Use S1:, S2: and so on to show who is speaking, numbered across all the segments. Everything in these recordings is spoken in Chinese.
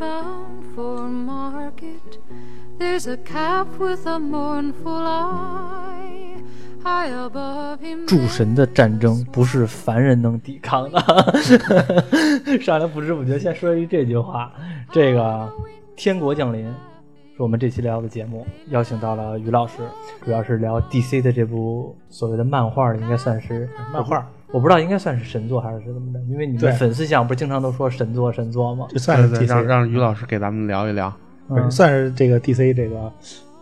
S1: bound for market. There's a calf with a mournful eye. High above him,
S2: 诸神的战争不是凡人能抵抗的。 上来不知不觉先说一这句话，这个天国降临是我们这期聊的节目，邀请到了于老师，主要是聊 DC 的这部所谓的漫画，应该算是
S3: 漫画，
S2: 我不知道应该算是神作还是什么的，因为你
S3: 对
S2: 们粉丝项不是经常都说神作神作吗？
S3: 这算是
S4: 对对让
S3: DC，
S4: 让于老师给咱们聊一聊。
S2: 嗯，
S3: 算是这个 DC 这个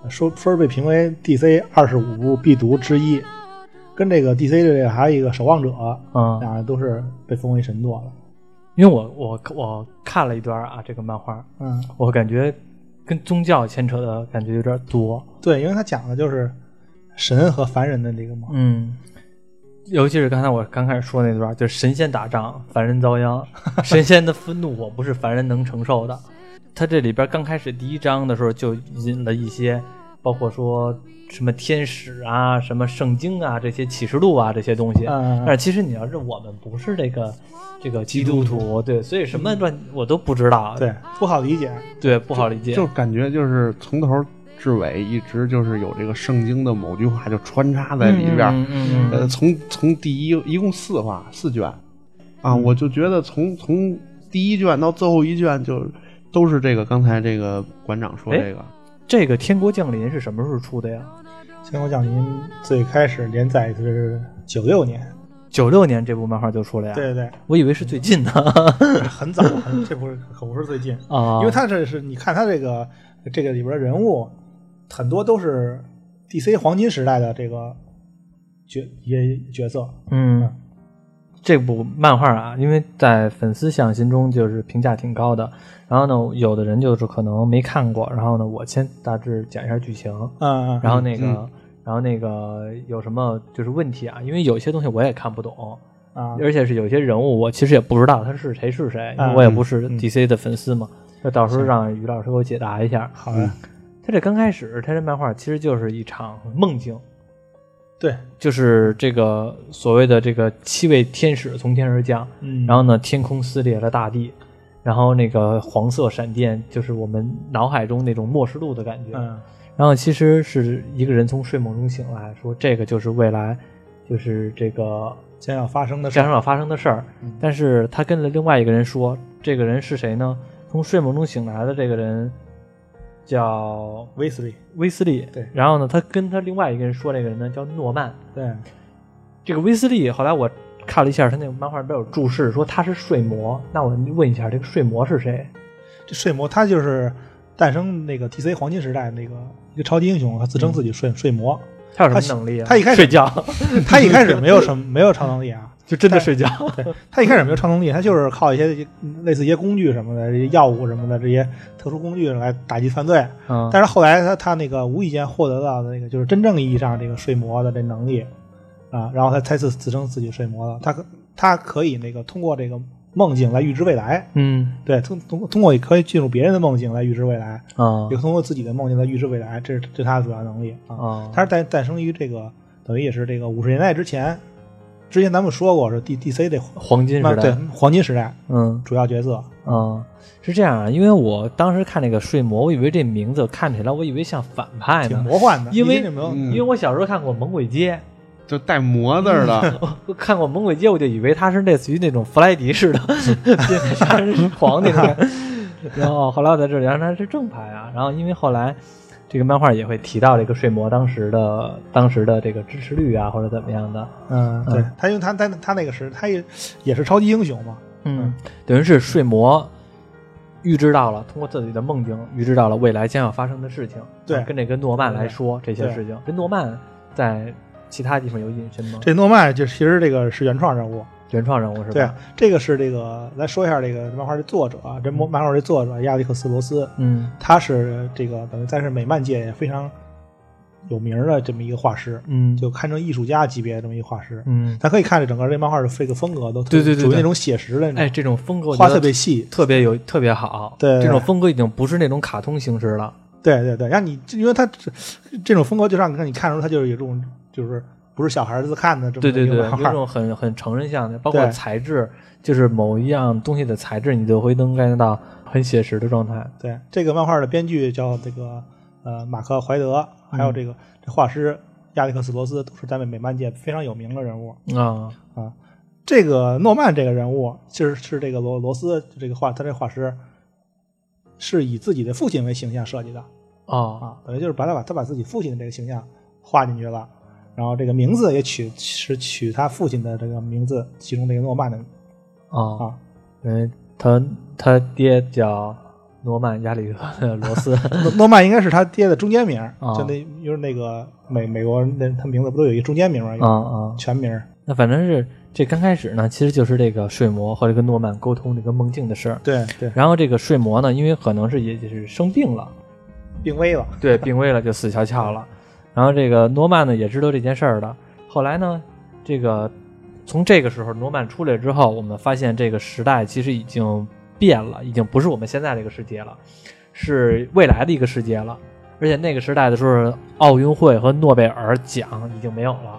S3: 呃说说是被评为 DC 二十五部必读之一，跟这个 DC 的这个还有一个守望者，
S2: 嗯，
S3: 两人都是被封为神作的。
S2: 因为我我我看了一段啊，这个漫画，
S3: 嗯，
S2: 我感觉跟宗教牵扯的感觉有点多。
S3: 对，因为他讲的就是神和凡人的这个嘛。
S2: 嗯，尤其是刚才我刚开始说那段，就是神仙打仗，凡人遭殃。神仙的愤怒，我不是凡人能承受的。他这里边刚开始第一章的时候就引了一些，包括说什么天使啊、什么圣经啊这些启示录啊这些东西。
S3: 嗯嗯嗯
S2: 但是其实你要是我们不是这个这个基督徒，对，所以什么乱我都不知道。
S3: 对，不好理解。
S2: 对，不好理解。
S4: 就感觉就是从头至尾一直就是有这个圣经的某句话就穿插在里边儿，
S2: 嗯嗯嗯嗯
S4: 呃，从从第一一共四话四卷啊，我就觉得从从第一卷到最后一卷就都是这个刚才这个馆长说
S2: 哎
S4: 这个，
S2: 这个《天国降临》是什么时候出的呀？
S3: 《天国降临》最开始连载是九六年，
S2: 九六年这部漫画就出了呀。
S3: 对，对
S2: 我以为是最近的
S3: 对，很早，很这不是可不是最近，
S2: 啊，
S3: 因为他这是你看他这个这个里边的人物很多都是 DC 黄金时代的这个角一些角色，
S2: 嗯，这部漫画啊，因为在粉丝想心中就是评价挺高的。然后呢，有的人就是可能没看过，然后呢，我先大致讲一下剧情，
S3: 嗯，
S2: 然后那个，然后那个有什么就是问题啊？因为有些东西我也看不懂，
S3: 啊，
S2: 而且是有些人物我其实也不知道他是谁是谁，因为我
S3: 嗯
S2: 也不是 DC 的粉丝嘛。那到时候让于老师给我解答一下。嗯
S3: 好啊的，
S2: 他这刚开始，他这漫画其实就是一场梦境，
S3: 对，
S2: 就是这个所谓的这个七位天使从天而降，
S3: 嗯，
S2: 然后呢，天空撕裂了大地，然后那个黄色闪电就是我们脑海中那种末世录的感觉。
S3: 嗯
S2: 然后其实是一个人从睡梦中醒来，说这个就是未来，就是这个
S3: 将要发生的事
S2: 加，上要发生的事儿。
S3: 嗯
S2: 但是他跟了另外一个人说，这个人是谁呢？从睡梦中醒来的这个人叫
S3: 威斯利，
S2: 威斯利。
S3: 对
S2: 然后呢，他跟他另外一个人说，这个人呢叫诺曼。
S3: 对，
S2: 这个威斯利，后来我看了一下他那个漫画里边有注释，说他是睡魔。那我问一下，这个睡魔是谁？
S3: 这睡魔他就是诞生那个 DC 黄金时代那个一个超级英雄，他自称自己
S2: 嗯
S3: 睡睡魔，
S2: 他有什么能力啊？
S3: 他一开始
S2: 睡觉
S3: 他一开始没有什么没有超能力啊，
S2: 就真的睡觉。
S3: 他一开始没有超能力，他就是靠一些嗯类似一些工具什么的、这些药物什么的这些特殊工具来打击犯罪。
S2: 嗯，
S3: 但是后来他他那个无意间获得到的那个就是真正意义上这个睡魔的这能力啊，然后他才自自称自己睡魔了。他可他可以那个通过这个梦境来预知未来，
S2: 嗯
S3: 对，通通通过也可以进入别人的梦境来预知未来，
S2: 啊
S3: 也通过自己的梦境来预知未来，这是这是他的主要能力啊。
S2: 啊，
S3: 它是诞诞生于这个等于也是这个五十年代之前，之前咱们说过是 D D C 这
S2: 黄金
S3: 那
S2: 时
S3: 对
S2: 代。
S3: 黄金时代
S2: 嗯
S3: 主要角色，
S2: 嗯，是这样啊，因为我当时看那个睡魔，我以为这名字看起来，我以为像反派
S3: 挺
S2: 呢。
S3: 魔幻的，
S2: 因为
S3: 一听就没有
S4: 嗯
S2: 因为我小时候看过《猛鬼街
S4: 就带“魔”字儿的，》，
S2: 我看过《猛鬼街》，我就以为他是类似于那种弗莱迪似的杀人狂那种。然后后来我在这里，然后他是正牌啊。然后因为后来这个漫画也会提到这个睡魔当时的当时的这个支持率啊，或者怎么样的。
S3: 嗯，对他，因为他他他那个时他也也是超级英雄嘛，
S2: 嗯，等于是睡魔预知到了，通过自己的梦境预知到了未来将要发生的事情。
S3: 对
S2: 啊跟这个诺曼来说这些
S3: 对
S2: 事情，这诺曼在其他地方有隐身吗？
S3: 这诺曼就其实这个是原创人物，
S2: 原创人物是吧？
S3: 对啊，这个是这个来说一下这个漫画的作者，啊，这漫漫画的作者亚历克斯罗斯，
S2: 嗯
S3: 他是这个等于在是美漫界也非常有名儿的这么一个画师，
S2: 嗯，
S3: 就堪称艺术家级别的这么一个画师，
S2: 嗯，
S3: 咱可以看这整个这漫画的这个风格都特
S2: 对对对
S3: 属于
S2: 对
S3: 那种写实的那
S2: 哎，
S3: 种，
S2: 这种风格我觉
S3: 画
S2: 得
S3: 特别细，
S2: 特别有特别好，
S3: 对
S2: 这种风格已经不是那种卡通形式了。
S3: 对对对，让你因为他这这种风格就让你看你看出他就是有这种就是不是小孩子看的这么
S2: 对
S3: 一
S2: 对
S3: 个
S2: 对，有
S3: 漫画
S2: 一种很很成人向的，包括
S3: 对
S2: 材质，就是某一样东西的材质，你都会能感觉到很写实的状态。
S3: 对，这个漫画的编剧叫这个呃马克怀德，还有这
S2: 嗯
S3: 个、这画师亚历克斯罗斯，都是在美美漫界非常有名的人物。
S2: 啊，
S3: 这个诺曼这个人物，其实是这个罗罗斯这个画，他这画师是以自己的父亲为形象设计的
S2: 哦，
S3: 啊，等于就是把他把他把自己父亲的这个形象画进去了，然后这个名字也取是取他父亲的这个名字，其中这个诺曼的
S2: 哦，
S3: 啊，
S2: 嗯，他他爹叫诺曼亚里克 罗斯，
S3: 诺诺曼应该是他爹的中间名儿，
S2: 啊
S3: 就那就是那个美美国人的他名字不都有一个中间名吗？
S2: 啊啊，
S3: 全名儿。
S2: 那反正是这刚开始呢，其实就是这个睡魔和这个诺曼沟通这个梦境的事儿。
S3: 对对，
S2: 然后这个睡魔呢，因为可能是也也是生病了，
S3: 病危了。
S2: 对，病危了就死翘翘了。然后这个诺曼呢也知道这件事儿的。后来呢，这个从这个时候诺曼出来之后，我们发现这个时代其实已经变了，已经不是我们现在这个世界了，是未来的一个世界了。而且那个时代的时候，奥运会和诺贝尔奖已经没有了，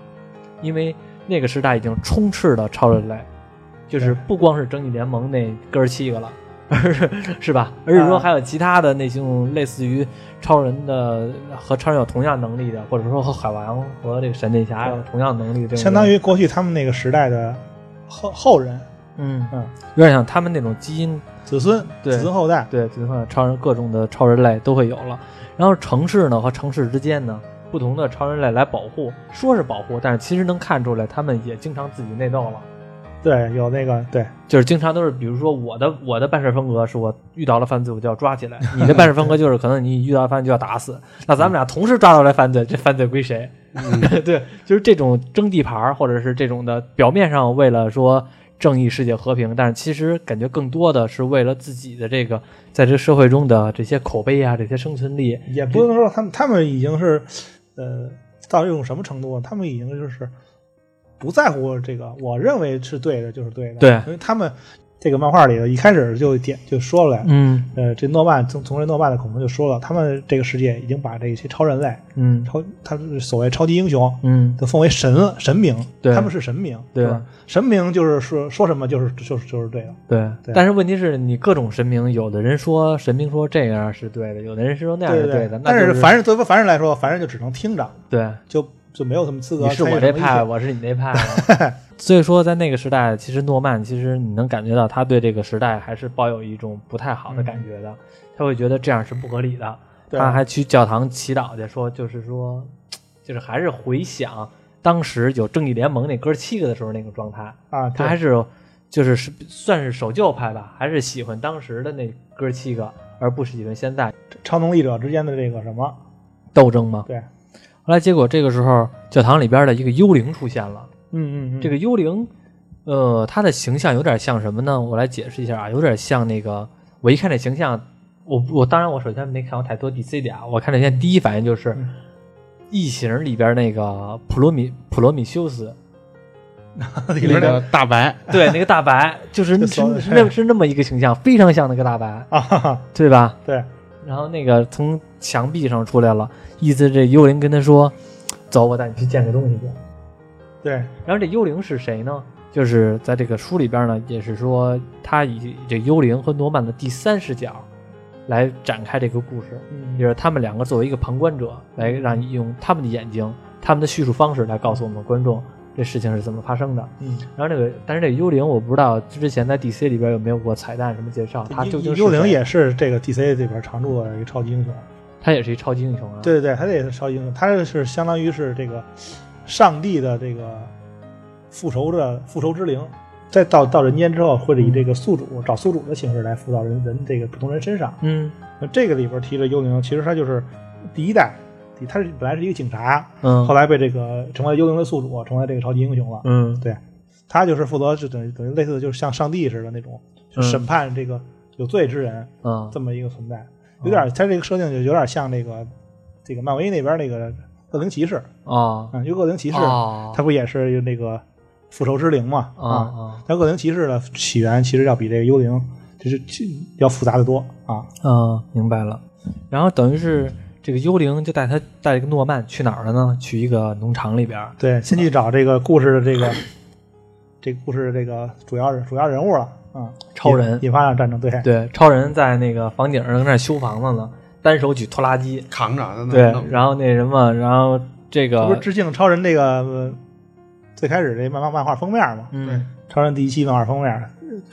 S2: 因为那个时代已经充斥了超人类，就是不光是正义联盟那哥儿七个了， 而是是吧？而是说还有其他的那种类似于超人的和超人有同样能力的，或者说和海王和这个闪电侠有同样能力的这种人，
S3: 相当于过去他们那个时代的后后人，
S2: 嗯
S3: 嗯，
S2: 有点像他们那种基因
S3: 子孙、
S2: 对
S3: 子孙后代，
S2: 对，就算超人各种的超人类都会有了。然后城市呢和城市之间呢，不同的超人类来保护，说是保护，但是其实能看出来他们也经常自己内斗了。
S3: 对，有那个对，
S2: 就是经常都是，比如说我的我的办事风格是我遇到了犯罪我就要抓起来，你 的办事风格就是可能你遇到犯罪就要打死，那咱们俩同时抓到了犯罪，这犯罪归谁？
S3: 嗯
S2: 对，就是这种争地盘儿，或者是这种的表面上为了说正义世界和平，但是其实感觉更多的是为了自己的这个在这个社会中的这些口碑啊，这些生存力，
S3: 也不能说他们他们已经是，呃，到一种什么程度，他们已经就是不在乎这个，我认为是对的就是对的，
S2: 对
S3: 因为他们这个漫画里头一开始就点就说了。
S2: 嗯
S3: 呃，这诺曼从从这诺曼的口中就说了，他们这个世界已经把这些超人类、
S2: 嗯
S3: 超他们所谓超级英雄，
S2: 嗯，
S3: 都奉为神了，神明，
S2: 对
S3: 他们是神明，
S2: 对
S3: 是吧神明就是说说什么就是就是就是对的，
S2: 对。
S3: 对
S2: 但是问题是你各种神明，有的人说神明说这样是对的，有的人说那样
S3: 对
S2: 是
S3: 对
S2: 的，那
S3: 但
S2: 就是
S3: 凡人作为凡人来说，凡人就只能听着，
S2: 对。
S3: 就就没有什么资格
S2: 你是
S3: 参与
S2: 我
S3: 什么
S2: 这
S3: 意见。
S2: 派，我是你那派了。 所以说，在那个时代，其实诺曼其实你能感觉到他对这个时代还是抱有一种不太好的感觉的，他会觉得这样是不合理的。
S3: 嗯对
S2: 他还去教堂祈祷去，说就是说，就是还是回想当时有正义联盟那哥七个的时候那个状态，
S3: 啊，
S2: 他
S3: 对
S2: 还是就是是算是守旧派吧，还是喜欢当时的那哥七个，而不喜欢现在
S3: 超能力者之间的这个什么，
S2: 斗争嘛。
S3: 对，
S2: 后来结果这个时候，教堂里边的一个幽灵出现了。
S3: 嗯嗯嗯，
S2: 这个幽灵，呃，它的形象有点像什么呢？我来解释一下啊，有点像那个，我一看这形象，我我当然我首先没看过太多 DC 的啊，我看这片第一反应就是《
S3: 嗯
S2: 异形》里边那个普罗米普罗米修斯，
S3: 里
S4: 那
S3: 边
S4: 个
S3: 的
S4: 大白，
S2: 对，那个大白，就是
S3: 这
S2: 是
S3: 骚的哎
S2: 是那是那么一个形象，非常像那个大白，
S3: 啊，哈哈
S2: 对吧？
S3: 对，
S2: 然后那个从墙壁上出来了，意思这幽灵跟他说：“走，我带你去 见个东西去。”
S3: 对，
S2: 然后这幽灵是谁呢？就是在这个书里边呢，也是说他以这幽灵和诺曼的第三视角来展开这个故事，
S3: 嗯
S2: 也就是他们两个作为一个旁观者，来让你用他们的眼睛、他们的叙述方式来告诉我们观众这事情是怎么发生的。
S3: 嗯，
S2: 然后这个，但是这个幽灵我不知道之前在 DC 里边有没有过彩蛋什么介绍，他究竟是
S3: 幽灵
S2: 谁
S3: 也是这个 DC 里边常驻的一个超级英雄，
S2: 他也是一超级英雄啊，
S3: 对对对，他也是超级英雄，他是相当于是这个上帝的这个复仇者、复仇之灵，再到到人间之后，会以这个宿主找宿主的形式来附到人人这个普通人身上。
S2: 嗯
S3: 那这个里边提着幽灵，其实他就是第一代，第他是本来是一个警察，
S2: 嗯，
S3: 后来被这个成为幽灵的宿主，成为这个超级英雄了。
S2: 嗯
S3: 对他就是负责就等于等于类似就是像上帝似的那种
S2: 嗯
S3: 审判这个有罪之人
S2: 嗯
S3: 这么一个存在，
S4: 嗯
S3: 有点他这个设定就有点像那个这个漫威那边那个恶灵骑士
S2: 哦
S3: 啊，因为恶灵骑士
S2: 哦
S3: 他不也是有那个复仇之灵嘛
S2: 啊啊
S3: 但恶灵骑士的起源其实要比这个幽灵就是其要复杂的多啊。
S2: 啊，明白了。然后等于是这个幽灵就带他带这个诺曼去哪儿了呢？去一个农场里边儿。
S3: 对，先去找这个故事的这个这个故事的这个主要人主要人物了啊。嗯，
S2: 超人
S3: 引发了战争，对，
S2: 对，超人在那个房顶上在那儿修房子呢，单手举拖拉机，
S4: 扛着那
S2: 对
S4: 弄，
S2: 然后那什么，然后这
S3: 嗯这不
S2: 个
S3: 是，致敬超人这个呃最开始这漫画漫画封面嘛？
S2: 嗯，
S3: 超人第一期漫画封面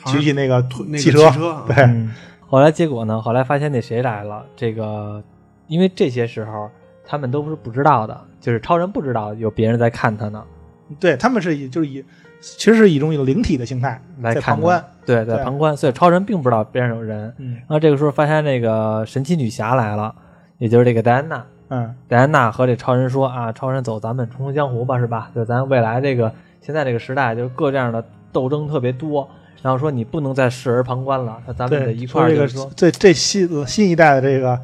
S4: 好像
S3: 举起那个
S4: 推那个
S3: 汽
S4: 车啊
S3: 对，
S2: 嗯，后来结果呢？后来发现那谁来了，这个因为这些时候他们都不是不知道的，就是超人不知道有别人在看他呢，
S3: 对他们是以就是以其实是以一种灵体的形态
S2: 来
S3: 在
S2: 看他
S3: 旁观，，
S2: 对，在
S3: 对
S2: 旁观，所以超人并不知道边上有人。
S3: 嗯
S2: 然后这个时候发现那个神奇女侠来了，也就是这个戴安娜。
S3: 嗯
S2: 戴安娜和这超人说啊，超人走，咱们冲锋江湖吧，是吧？就是咱未来这个现在这个时代，就是各这样的斗争特别多，然后说你不能再视而旁观了，那咱们得
S3: 对，
S2: 一块儿
S3: 这
S2: 就
S3: 个
S2: 是说，
S3: 这这新新一代的这个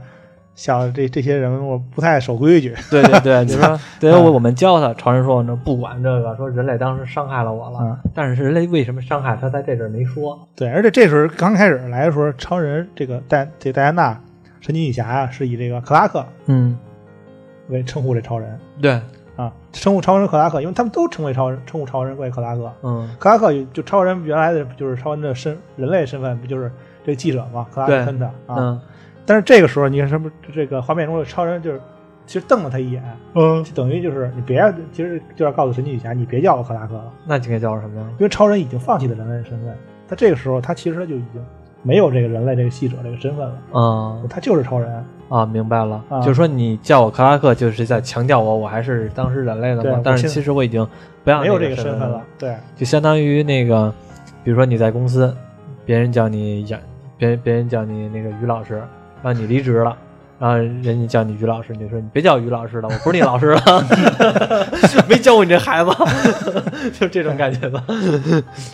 S3: 小这这些人物不太守规矩，
S2: 对对 对，你啊说，对我我们教他。超人说呢，不管这个，说人类当时伤害了我了，
S3: 嗯
S2: 但是人类为什么伤害他，在这阵儿没说。
S3: 对，而且这时候刚开始来的时候，超人这个戴这戴安娜神奇女侠啊，是以这个克拉克
S2: 嗯，
S3: 为称呼这超人
S2: 对，
S3: 啊，称呼超人克拉克，因为他们都称为超人，称呼超人为克拉克。
S2: 嗯，
S3: 克拉克就超人原来的就是超人的身人类身份不就是这个记者嘛，克拉
S2: 对
S3: 克跟他啊。
S2: 嗯，
S3: 但是这个时候你看什么这个画面中的超人就是其实瞪了他一眼，
S2: 嗯，
S3: 就等于就是你别其实就要告诉神奇女侠你别叫我克拉克了，
S2: 那应该叫什么呀？
S3: 因为超人已经放弃了人类的身份，他这个时候他其实就已经没有这个人类这个记者这个身份了，
S2: 嗯
S3: 他就是超人。
S2: 啊，明白了，
S3: 啊
S2: 就是说你叫我克拉克，就是在强调我我还是当时人类的
S3: 对
S2: 嘛
S3: 我，
S2: 但是
S3: 现在
S2: 其实我已经不要
S3: 没有
S2: 那
S3: 这个
S2: 身
S3: 身
S2: 份
S3: 份了，，对，
S2: 就相当于那个，比如说你在公司，别人叫你杨，别人别人叫你那个于老师，让你离职了。然后人家叫你于老师，你说你别叫于老师了，我不是你老师了， 没教过你这孩子， 就这种感觉吧，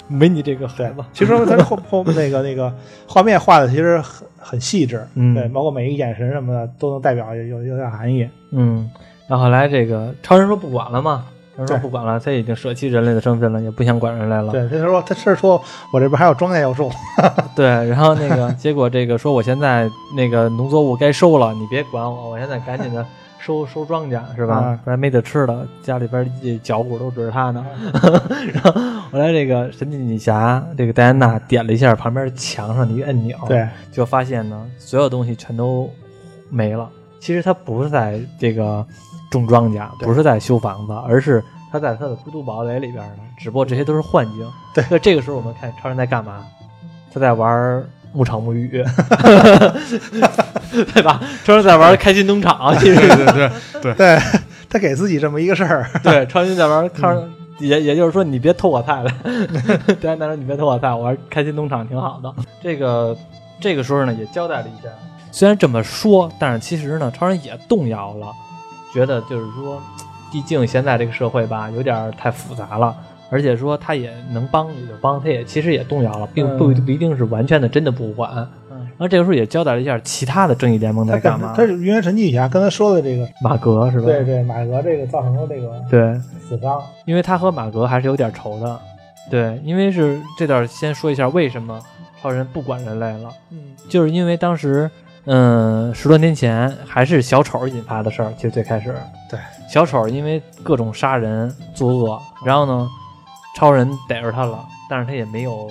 S2: 没你这个孩
S3: 对
S2: 子。
S3: 其实他后后那个那个画面画的其实很很细致，
S2: 嗯
S3: 对，包括每一个眼神什么的都能代表有有有点含义，
S2: 嗯，然后后来这个超人说不管了嘛，超人说
S3: 对
S2: 不管了，他已经舍弃人类的身份了，也不想管人类了。
S3: 对，他说他是说我这边还有庄稼要种，
S2: 对，然后那个 结果这个说我现在那个农作物该收了，你别管我，我现在赶紧 的收收庄稼是吧
S3: 啊？
S2: 不然没得吃了，家里边这脚骨都指着他呢。
S3: 啊
S2: 然后后来这个神奇女侠这个戴安娜点了一下旁边墙上的一个按钮，，
S3: 对，
S2: 就发现呢所有东西全都没了。其实他不是在这个种庄稼，
S3: 对
S2: 不是在修房子，而是他在他的孤独堡垒里边呢。只不过这些都是幻境。
S3: 对
S2: 那这个时候我们看超人在干嘛？他在玩牧场物 语，对吧？超人在玩开心农场，其实
S4: 对对对对，
S3: 对 他给自己这么一个事儿，
S2: 对，超人在玩超人。
S3: 嗯
S2: 也也就是说，你别偷我菜 了。戴安娜说：“你别偷我菜，我玩开心农场挺好的。”这个这个时候呢，也交代了一下。虽然这么说，但是其实呢，超人也动摇了，觉得就是说，毕竟现在这个社会吧，有点儿太复杂了。而且说他也能帮也就帮，他也其实也动摇了，并不
S3: 嗯
S2: 不一定是完全的真的不管。
S3: 嗯
S2: 然后这个时候也交代了一下其他的正义联盟在
S3: 他
S2: 干嘛
S3: 他。是原神奇女侠跟他说的这个，
S2: 马格是吧？
S3: 对对，马格这个造成了这个
S2: 对，
S3: 死伤，
S2: 因为他和马格还是有点仇的。对，因为是这段儿先说一下为什么超人不管人类了，
S3: 嗯，
S2: 就是因为当时，嗯，十多年前还是小丑引发的事儿。其实最开始，
S3: 对
S2: 小丑因为各种杀人作恶，然后呢，超人逮着他了，但是他也没有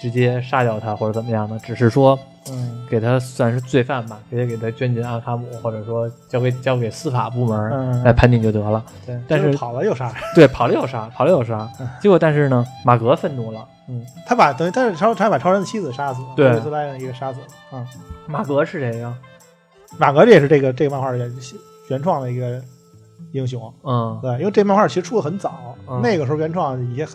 S2: 直接杀掉他或者怎么样的，只是说
S3: 嗯
S2: 给他算是罪犯吧，直接给他捐进阿卡姆，或者说交给交给司法部门儿
S3: 嗯
S2: 来判定就得了。
S3: 对，
S2: 但是
S3: 嗯就是跑了又杀人，
S2: 对，跑了又杀，跑了又杀。结果但是呢，马格愤怒了。
S3: 嗯，他把等于他是超他把超人的妻子杀死了，
S2: 对
S3: 瑞斯莱恩一个杀死了，嗯，
S2: 马格是谁呀？
S3: 马格这也是这个这个漫画的原原创的一个英雄，
S2: 嗯
S3: 对，因为这漫画其实出的很早，
S2: 嗯
S3: 那个时候原创一些很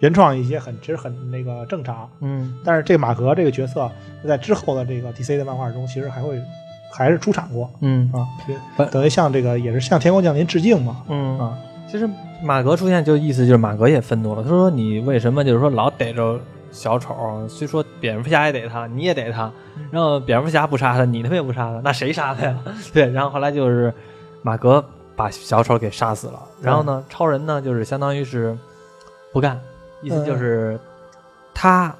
S3: 原创一些很其实很那个正常，
S2: 嗯
S3: 但是这个马格这个角色在之后的这个 DC 的漫画中其实还会还是出场过
S2: 嗯
S3: 啊
S2: 反，
S3: 等于向这个也是向天空降临致敬嘛，
S2: 嗯
S3: 啊，
S2: 其实马格出现就意思就是马格也愤怒了。他说：“你为什么就是说老逮着小丑？虽说蝙蝠侠也逮他，你也逮他，然后蝙蝠侠不杀他，你他妈也不杀他，那谁杀他呀？” 对，然后后来就是马格把小丑给杀死了。然后呢，超人呢就是相当于是不干，意思就是他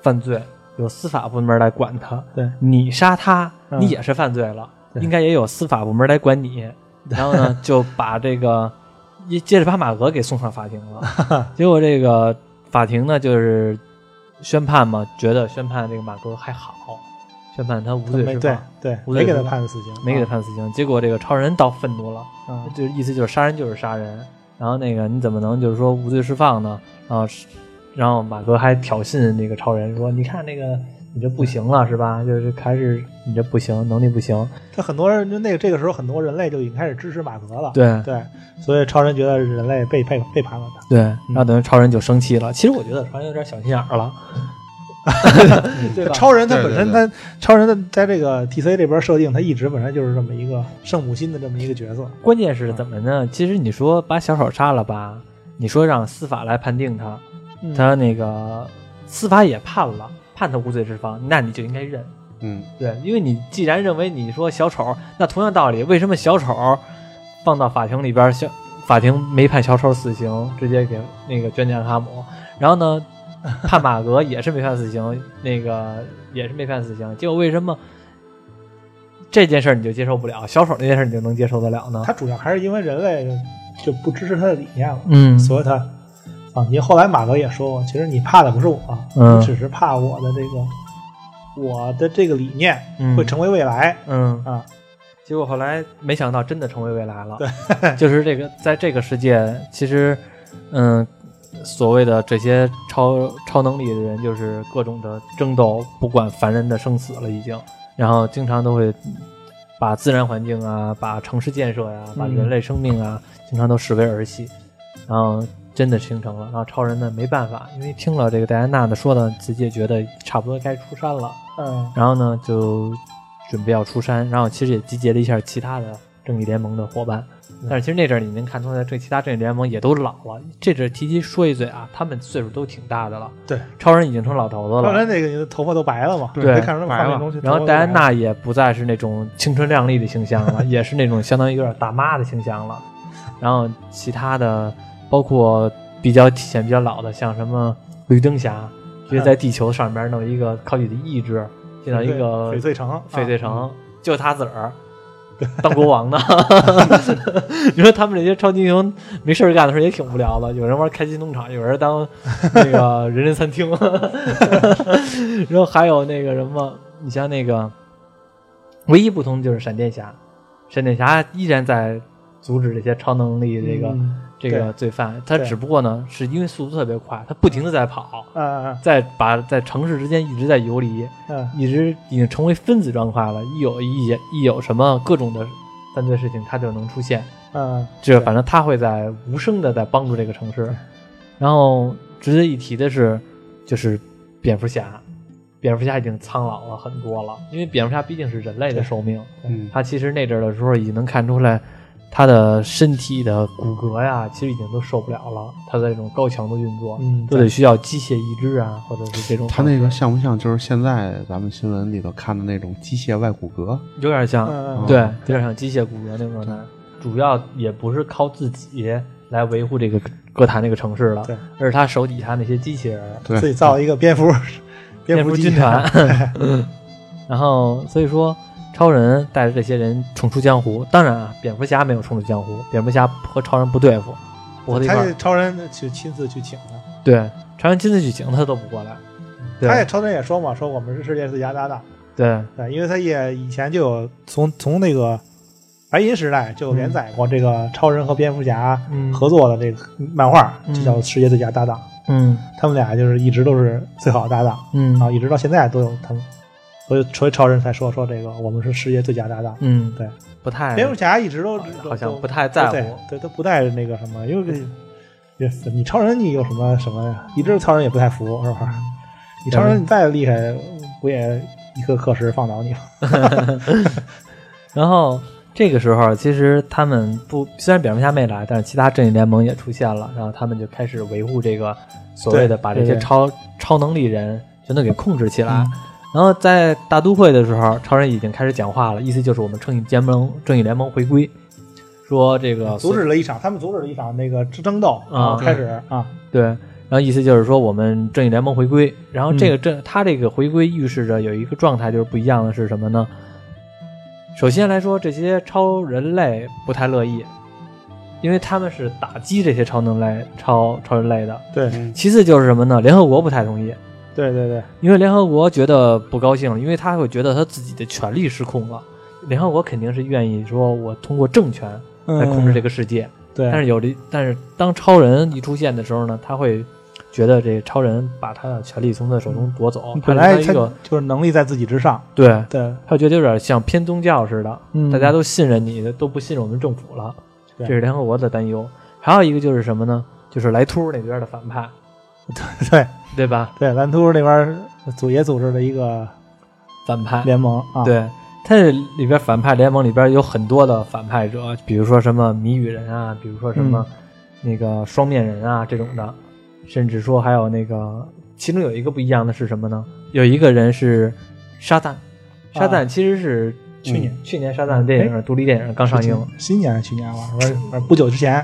S2: 犯罪。有司法部门来管他，
S3: 对
S2: 你杀他，
S3: 嗯
S2: 你也是犯罪了，
S3: 对
S2: 应该也有司法部门来管你。 然后呢，就把这个 一接着把马格给送上法庭了。结果这个法庭呢，就是宣判嘛，觉得宣判这个马哥还好，宣判他无罪
S3: 没
S2: 释
S3: 对
S2: 放，
S3: 对，
S2: 无罪
S3: 没给他
S2: 释放
S3: 判死刑，
S2: 没给他
S3: 啊
S2: 判死刑。结果这个超人倒愤怒了，
S3: 啊
S2: 就意思就是杀人就是杀人，然后那个你怎么能就是说无罪释放呢？然后是，然后马哥还挑衅那个超人说：“你看那个你这不行了是吧？就是还是你这不行，能力不行。
S3: 他很多人就那个这个时候，很多人类就已经开始支持马革了。
S2: 对
S3: 对，所以超人觉得人类背背背叛了他。”
S2: 对，然后等于超人就生气了。其实我觉得超人有点小心眼儿了，
S3: 嗯
S2: 对吧？
S3: 超人他
S4: 对
S3: 本
S4: 对
S3: 身
S4: 对
S3: 他超人他在这个 DC 这边设定，他一直本身就是这么一个圣母心的这么一个角色。
S2: 关键是怎么呢？其实你说把小丑杀了吧，你说让司法来判定他，
S3: 嗯
S2: 他那个司法也判了，判他无罪释放，那你就应该认。
S4: 嗯，
S2: 对，因为你既然认为你说小丑，那同样道理，为什么小丑放到法庭里边，小法庭没判小丑死刑，直接给那个卷尼亚卡姆，然后呢， 判马格也是没判死刑，那个也是没判死刑，结果为什么这件事儿你就接受不了，小丑那件事儿你就能接受得了呢？
S3: 他主要还是因为人类就不支持他的理念了，
S2: 嗯
S3: 所以他啊，因为后来马革也说过，其实你怕的不是我，
S2: 嗯
S3: 你只是怕我的这个我的这个理念
S2: 嗯
S3: 会成为未来。
S2: 嗯
S3: 啊，
S2: 结果后来没想到真的成为未来了。 对，就是这个，在这个世界，其实，嗯，所谓的这些超超能力的人，就是各种的争斗，不管凡人的生死了已经，然后经常都会把自然环境啊，把城市建设呀、啊把
S3: 嗯
S2: 人类生命啊，经常都视为儿戏，然后。真的形成了，然后超人呢没办法，因为听了这个戴安娜的说的，自己也觉得差不多该出山了，
S3: 嗯
S2: 然后呢就准备要出山，然后其实也集结了一下其他的正义联盟的伙伴。
S3: 嗯
S2: 但是其实那阵儿你能看出来，这其他正义联盟也都老了。这阵儿提及说一嘴啊，他们岁数都挺大的了，
S3: 对，
S2: 超人已经成老头子了，
S3: 当然那个头发都白了嘛，
S4: 对
S3: 可以看出
S4: 白
S3: 画面
S4: 了
S3: 中是头
S2: 然
S3: 发
S2: 后
S3: 都
S2: 戴安
S3: 白了
S2: 娜也不再是那种青春靓丽的形象 了，也是那种相当于有点大妈的形象了。然后其他的，包括比较体现比较老的，像什么绿灯侠，直
S3: 嗯
S2: 接在地球上面弄一个靠自己的意志进到一个
S3: 翡翠城，
S2: 翡翠城，
S3: 啊
S2: 就他自个儿当国王呢。 你说他们这些超级英雄没事儿干的时候也挺无聊的，有人玩开心农场，有人当那 个人人餐厅， 然后还有那个什么，你像那个唯一不同就是闪电侠，闪电侠依然在阻止这些超能力这个、
S3: 嗯
S2: 这个罪犯，他
S3: 对
S2: 只不过呢是因为速度特别快，他不停的在跑。
S3: 啊啊
S2: 在把在城市之间一直在游离，
S3: 嗯
S2: 一直已经成为分子状态了，一有一有一有什么各种的犯罪事情，他就能出现。
S3: 嗯，
S2: 这反正他会在无声的在帮助这个城市。然后值得一提的是，就是蝙蝠侠，蝙蝠侠已经苍老了很多了，因为蝙蝠侠毕竟是人类的寿命，
S4: 嗯
S2: 他其实那阵儿的时候已经能看出来。他的身体的骨骼呀，其实已经都受不了了。他的这种高强度运作，
S3: 嗯
S2: 都得需要机械移植啊，或者是这种
S4: 他
S2: 方式
S4: 那个像不像就是现在咱们新闻里头看的那种机械外骨骼？
S2: 有点像，
S3: 嗯嗯
S2: 对
S4: 嗯，
S2: 有点像机械骨骼那种状态。主要也不是靠自己来维护这个哥谭这个城市了
S3: 对，
S2: 而是他手底下那些机器人，
S4: 对，
S3: 自己造一个蝙蝠
S2: 蝙
S3: 蝠
S2: 蝠
S3: 机
S2: 军团。 然后，所以说，超人带着这些人重出江湖。当然啊，蝙蝠侠没有重出江湖，蝙蝠侠和超人不对付，不和他一块
S3: 他
S2: 儿
S3: 是。超人去亲自去请的，
S2: 对，超人亲自去请他都不过来。
S3: 他也
S2: 对
S3: 超人也说嘛，说我们是世界最佳搭档，
S2: 对，
S3: 对，因为他也以前就有从从那个白银时代就有连载过这个超人和蝙蝠侠
S2: 嗯
S3: 合作的这个漫画，
S2: 嗯
S3: 就叫《世界最佳搭档》，
S2: 嗯
S3: 他们俩就是一直都是最好的搭档，
S2: 嗯
S3: 啊然后一直到现在都有他们，所以所以超人才说说这个我们是世界最佳搭档。
S2: 嗯，
S3: 对，
S2: 不太
S3: 蝙蝠侠一直都
S2: 好像
S3: 都
S2: 不太在乎
S3: 对对，他不带那个什么，因为也是你超人你有什么什么呀？一直超人也不太服，是吧？你超人你再厉害，不也一颗课时放倒你吗？
S2: 然后这个时候，其实他们不，虽然蝙蝠侠没来，但是其他正义联盟也出现了，然后他们就开始维护这个所谓的
S3: 对
S2: 把这些
S3: 对嗯
S2: 超超能力人全都给控制起来。然后在大都会的时候，超人已经开始讲话了，意思就是我们正义联盟正义联盟回归，说这个
S3: 阻止了一场，他们阻止了一场那个争斗
S2: 啊
S3: 开始啊，
S2: 对，然后意思就是说我们正义联盟回归，然后这个正、他这个回归预示着有一个状态就是不一样的是什么呢？首先来说，这些超人类不太乐意，因为他们是打击这些超能类、超超人类的。
S3: 对
S4: 嗯
S2: 其次就是什么呢？联合国不太同意，
S3: 对对对，
S2: 因为联合国觉得不高兴，因为他会觉得他自己的权利失控了。联合国肯定是愿意说，我通过政权来控制这
S3: 个。
S2: 个世界。
S3: 对，
S2: 但是有的，但是当超人一出现的时候呢，他会觉得这超人把他的权利从他手中夺走，
S3: 嗯本
S2: 他
S3: 来他
S2: 一个
S3: 就是能力在自己之上。
S2: 对，
S3: 对，
S2: 他觉得有点像偏宗教似的，
S3: 嗯
S2: 大家都信任你，都不信任我们政府了。
S3: 对
S2: 这是联合国的担忧。还有一个就是什么呢？就是莱秃那边的反派，
S3: 对
S2: 对吧？
S3: 对，蓝图那边组也组织了一个
S2: 反派
S3: 联盟啊。，
S2: 对，它这里边反派联盟里边有很多的反派者，比如说什么谜语人啊，比如说什
S3: 嗯
S2: 么那个双面人啊这种的，甚至说还有那个，其中有一个不一样的是什么呢？有一个人是沙旦，
S3: 啊
S2: 沙旦其实是
S3: 去年
S2: 去年沙旦的电影独立电影刚上映，
S3: 嗯新年还哎是去年吧，反正反正不久之前。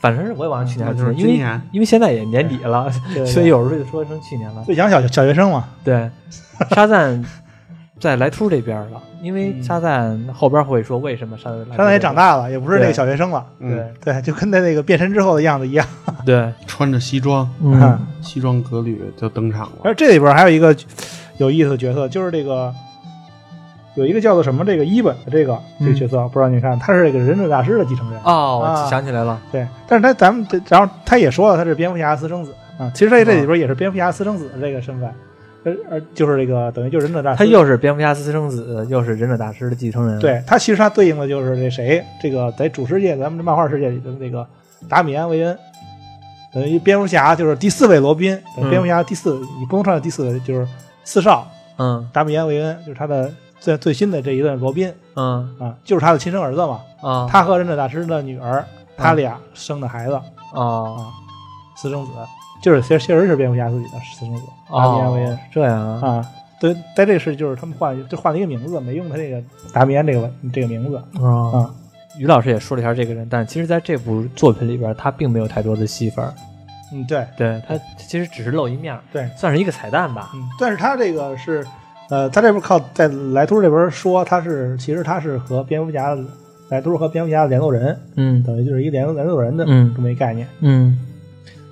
S2: 反正是我也忘了去年，
S4: 那
S3: 哦
S4: 就是
S2: 因
S4: 今
S2: 为
S4: 年
S2: 因为现在也年底了，
S3: 啊对
S2: 所以有时候就说成去年了。
S3: 最强小小学生嘛，
S2: 对，沙赞在莱秃这边了，因为沙赞后边会说为什么沙赞来
S3: 现在嗯也长大了，也不是那个
S2: 对
S3: 小学生了。
S2: 对
S4: 嗯，
S3: 对，就跟他那个变身之后的样子一样。
S2: 对，
S4: 穿着西装，
S2: 嗯，
S4: 西装革履就登场了。
S3: 而这里边还有一个有意思的角色，就是这个有一个叫做什么这个伊本的这个这个角色，不知道你看，他是这个忍者大师的继承人。
S2: 哦，
S3: 啊
S2: 我想起来了，
S3: 对，但是他咱们这，然后他也说了，他是蝙蝠侠私生子啊。其实他这里边也是蝙蝠侠私生子的这个身份，而而就是这个等于就是忍者大师。
S2: 他又是蝙蝠侠私生子，又是忍者大师的继承人，，
S3: 对他其实他对应的就是这谁，这个在主世界咱们这漫画世界里的那个达米安·韦恩，等于蝙蝠侠就是第四位罗宾，呃
S2: 嗯
S3: 蝙蝠侠第四，你不能算第四位，就是四少
S2: 嗯
S3: 达米安·韦恩，就是他的最最新的这一任罗宾
S2: 嗯
S3: 啊，就是他的亲生儿子嘛，
S2: 啊，
S3: 他和忍者大师的女儿，
S2: 嗯
S3: 他俩生的孩子。
S2: 哦
S3: 私生子，就是确确实是蝙蝠侠自己的私生子，达米安韦
S2: 哦
S3: 恩，
S2: 这样啊，
S3: 啊。对，在这个事就是他们换就换了一个名字，没用他这个达米安这个这个名字
S2: 啊，
S3: 啊。
S2: 于老师也说了一下这个人，但其实在这部作品里边，他并没有太多的戏份儿，
S3: 嗯，对
S2: 对他其实只是露一面儿，
S3: 对，
S2: 算是一个彩蛋吧，
S3: 嗯，但是他这个是，呃，他这边靠在莱秃这边说他是，其实他是和蝙蝠侠莱秃和蝙蝠侠的联络人，
S2: 嗯
S3: 等于就是一个联联络人的
S2: 嗯
S3: 这么一概念。
S2: 嗯，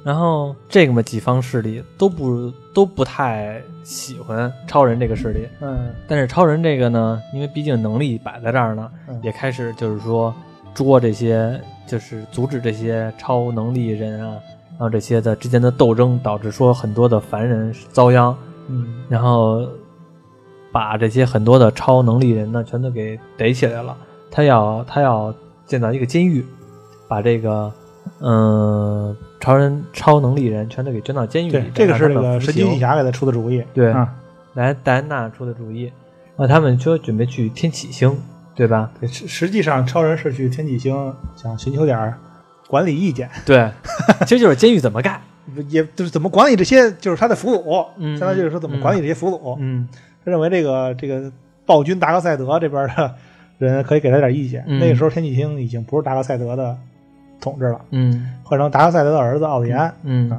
S2: 然后这个嘛，几方势力都不都不太喜欢超人这个势力，
S3: 嗯
S2: 但是超人这个呢，因为毕竟能力摆在这儿呢，
S3: 嗯
S2: 也开始就是说捉这些，就是阻止这些超能力人啊，然后这些的之间的斗争，导致说很多的凡人遭殃，
S3: 嗯
S2: 然后把这些很多的超能力人呢，全都给逮起来了。他要他要建造一个监狱，把这个嗯、呃超人超能力人全都给圈到监狱
S3: 对
S2: 里，，
S3: 这个是
S2: 让
S3: 这
S2: 他们
S3: 个
S2: 服
S3: 神奇
S2: 刑
S3: 女侠给他出的主意。
S2: 嗯对
S3: 啊，
S2: 来戴安娜出的主意，那他们说准备去天启星，对吧？
S3: 对，实实际上超人是去天启星想寻求点儿管理意见，
S2: 对， 其实就是监狱怎么盖。
S3: 不也就是怎么管理这些，就是他的俘虏，
S2: 嗯
S3: 相当于就是说怎么管理这些俘虏。
S2: 嗯
S3: 他认为这个这个暴君达克赛德这边的人可以给他点意见。
S2: 嗯
S3: 那个时候天启星已经不是达克赛德的统治了，
S2: 嗯
S3: 换成达克赛德的儿子奥里安。
S2: 嗯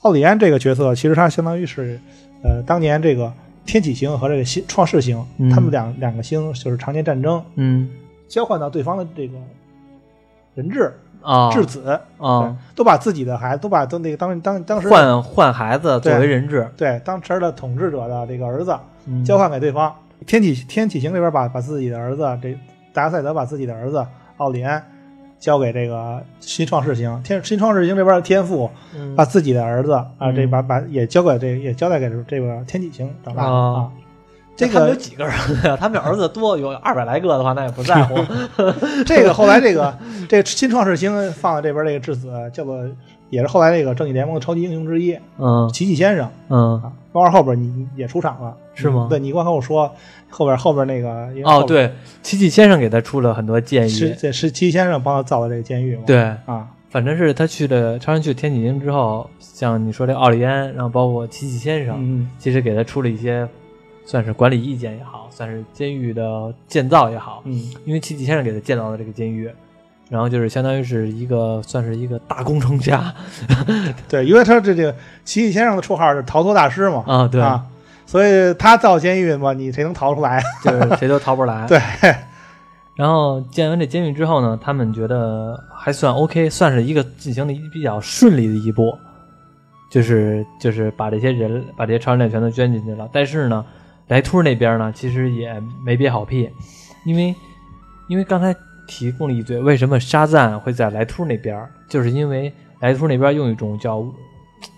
S3: 奥里安这个角色其实他相当于是，呃，当年这个天启星和这个新创世星，
S2: 嗯
S3: 他们两两个星就是常年战争，
S2: 嗯
S3: 交换到对方的这个人质
S2: 啊
S3: 质子。
S2: 啊，
S3: 对都把自己的孩子都把都那个当当当时
S2: 换换孩子作
S3: 对
S2: 为人质，
S3: 对当时的统治者的这个儿子
S2: 嗯
S3: 交换给对方。天启天启行这边把把自己的儿子这达赛德把自己的儿子奥里安交给这个新创世行，天新创世行这边的天赋
S2: 嗯
S3: 把自己的儿子啊
S2: 嗯
S3: 这把把也交给这也交代给这个天启行长大了
S2: 啊
S3: 啊。这
S2: 他们有
S3: 个
S2: 几个儿子呀？ 他们儿子多，有二百来个的话，那也不在 乎。
S3: 这个后来这个这个新创世行放在这边这个质子叫做也是后来这个正义联盟的超级英雄之一
S2: 嗯
S3: 奇迹先生。
S2: 嗯，
S3: 啊，漫画后边你也出场了，
S2: 是吗
S3: 对，你光跟我说后边后边那个因为
S2: 哦
S3: 后，边
S2: 对，奇迹先生给他出了很多建
S3: 是
S2: 议。
S3: 这是齐先生帮他造的这个监狱嘛？
S2: 对，
S3: 啊，
S2: 反正是他去了超人去天启星之后，像你说这奥利安，然后包括奇迹先生，
S3: 嗯，
S2: 其实给他出了一些，算是管理意见也好，算是监狱的建造也好，
S3: 嗯
S2: 因为奇迹先生给他建造的这个监狱，然后就是相当于是一个算是一个大工程家
S3: 对，因为他这这个奇迹先生的绰号是逃脱大师嘛，
S2: 啊，对，
S3: 啊，所以他造监狱嘛，你谁能逃出来？啊
S2: 就是谁都逃不来。
S3: 对，
S2: 然后建完这监狱之后呢，他们觉得还算 OK，算是一个进行了一比较顺利的一步。就是就是把这些人把这些超人类全都捐进去了。但是呢，莱秃那边呢，其实也没憋好屁，因为因为刚才提供了一堆，为什么沙赞会在莱秃那边儿？就是因为莱秃那边用一种叫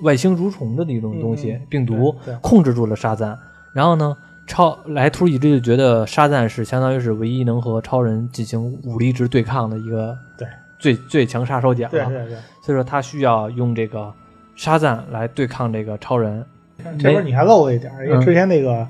S2: 外星蠕虫的一种东西、
S3: 嗯嗯
S2: 病毒
S3: 对对
S2: 控制住了沙赞，然后呢？超莱秃一直就觉得沙赞是相当于是唯一能和超人进行武力值对抗的一个
S3: 对
S2: 最最强杀手锏了。
S3: 对对对，
S2: 所以说他需要用这个沙赞来对抗这个超人。
S3: 这不是你还漏了一点儿，因
S2: 嗯
S3: 为之前那个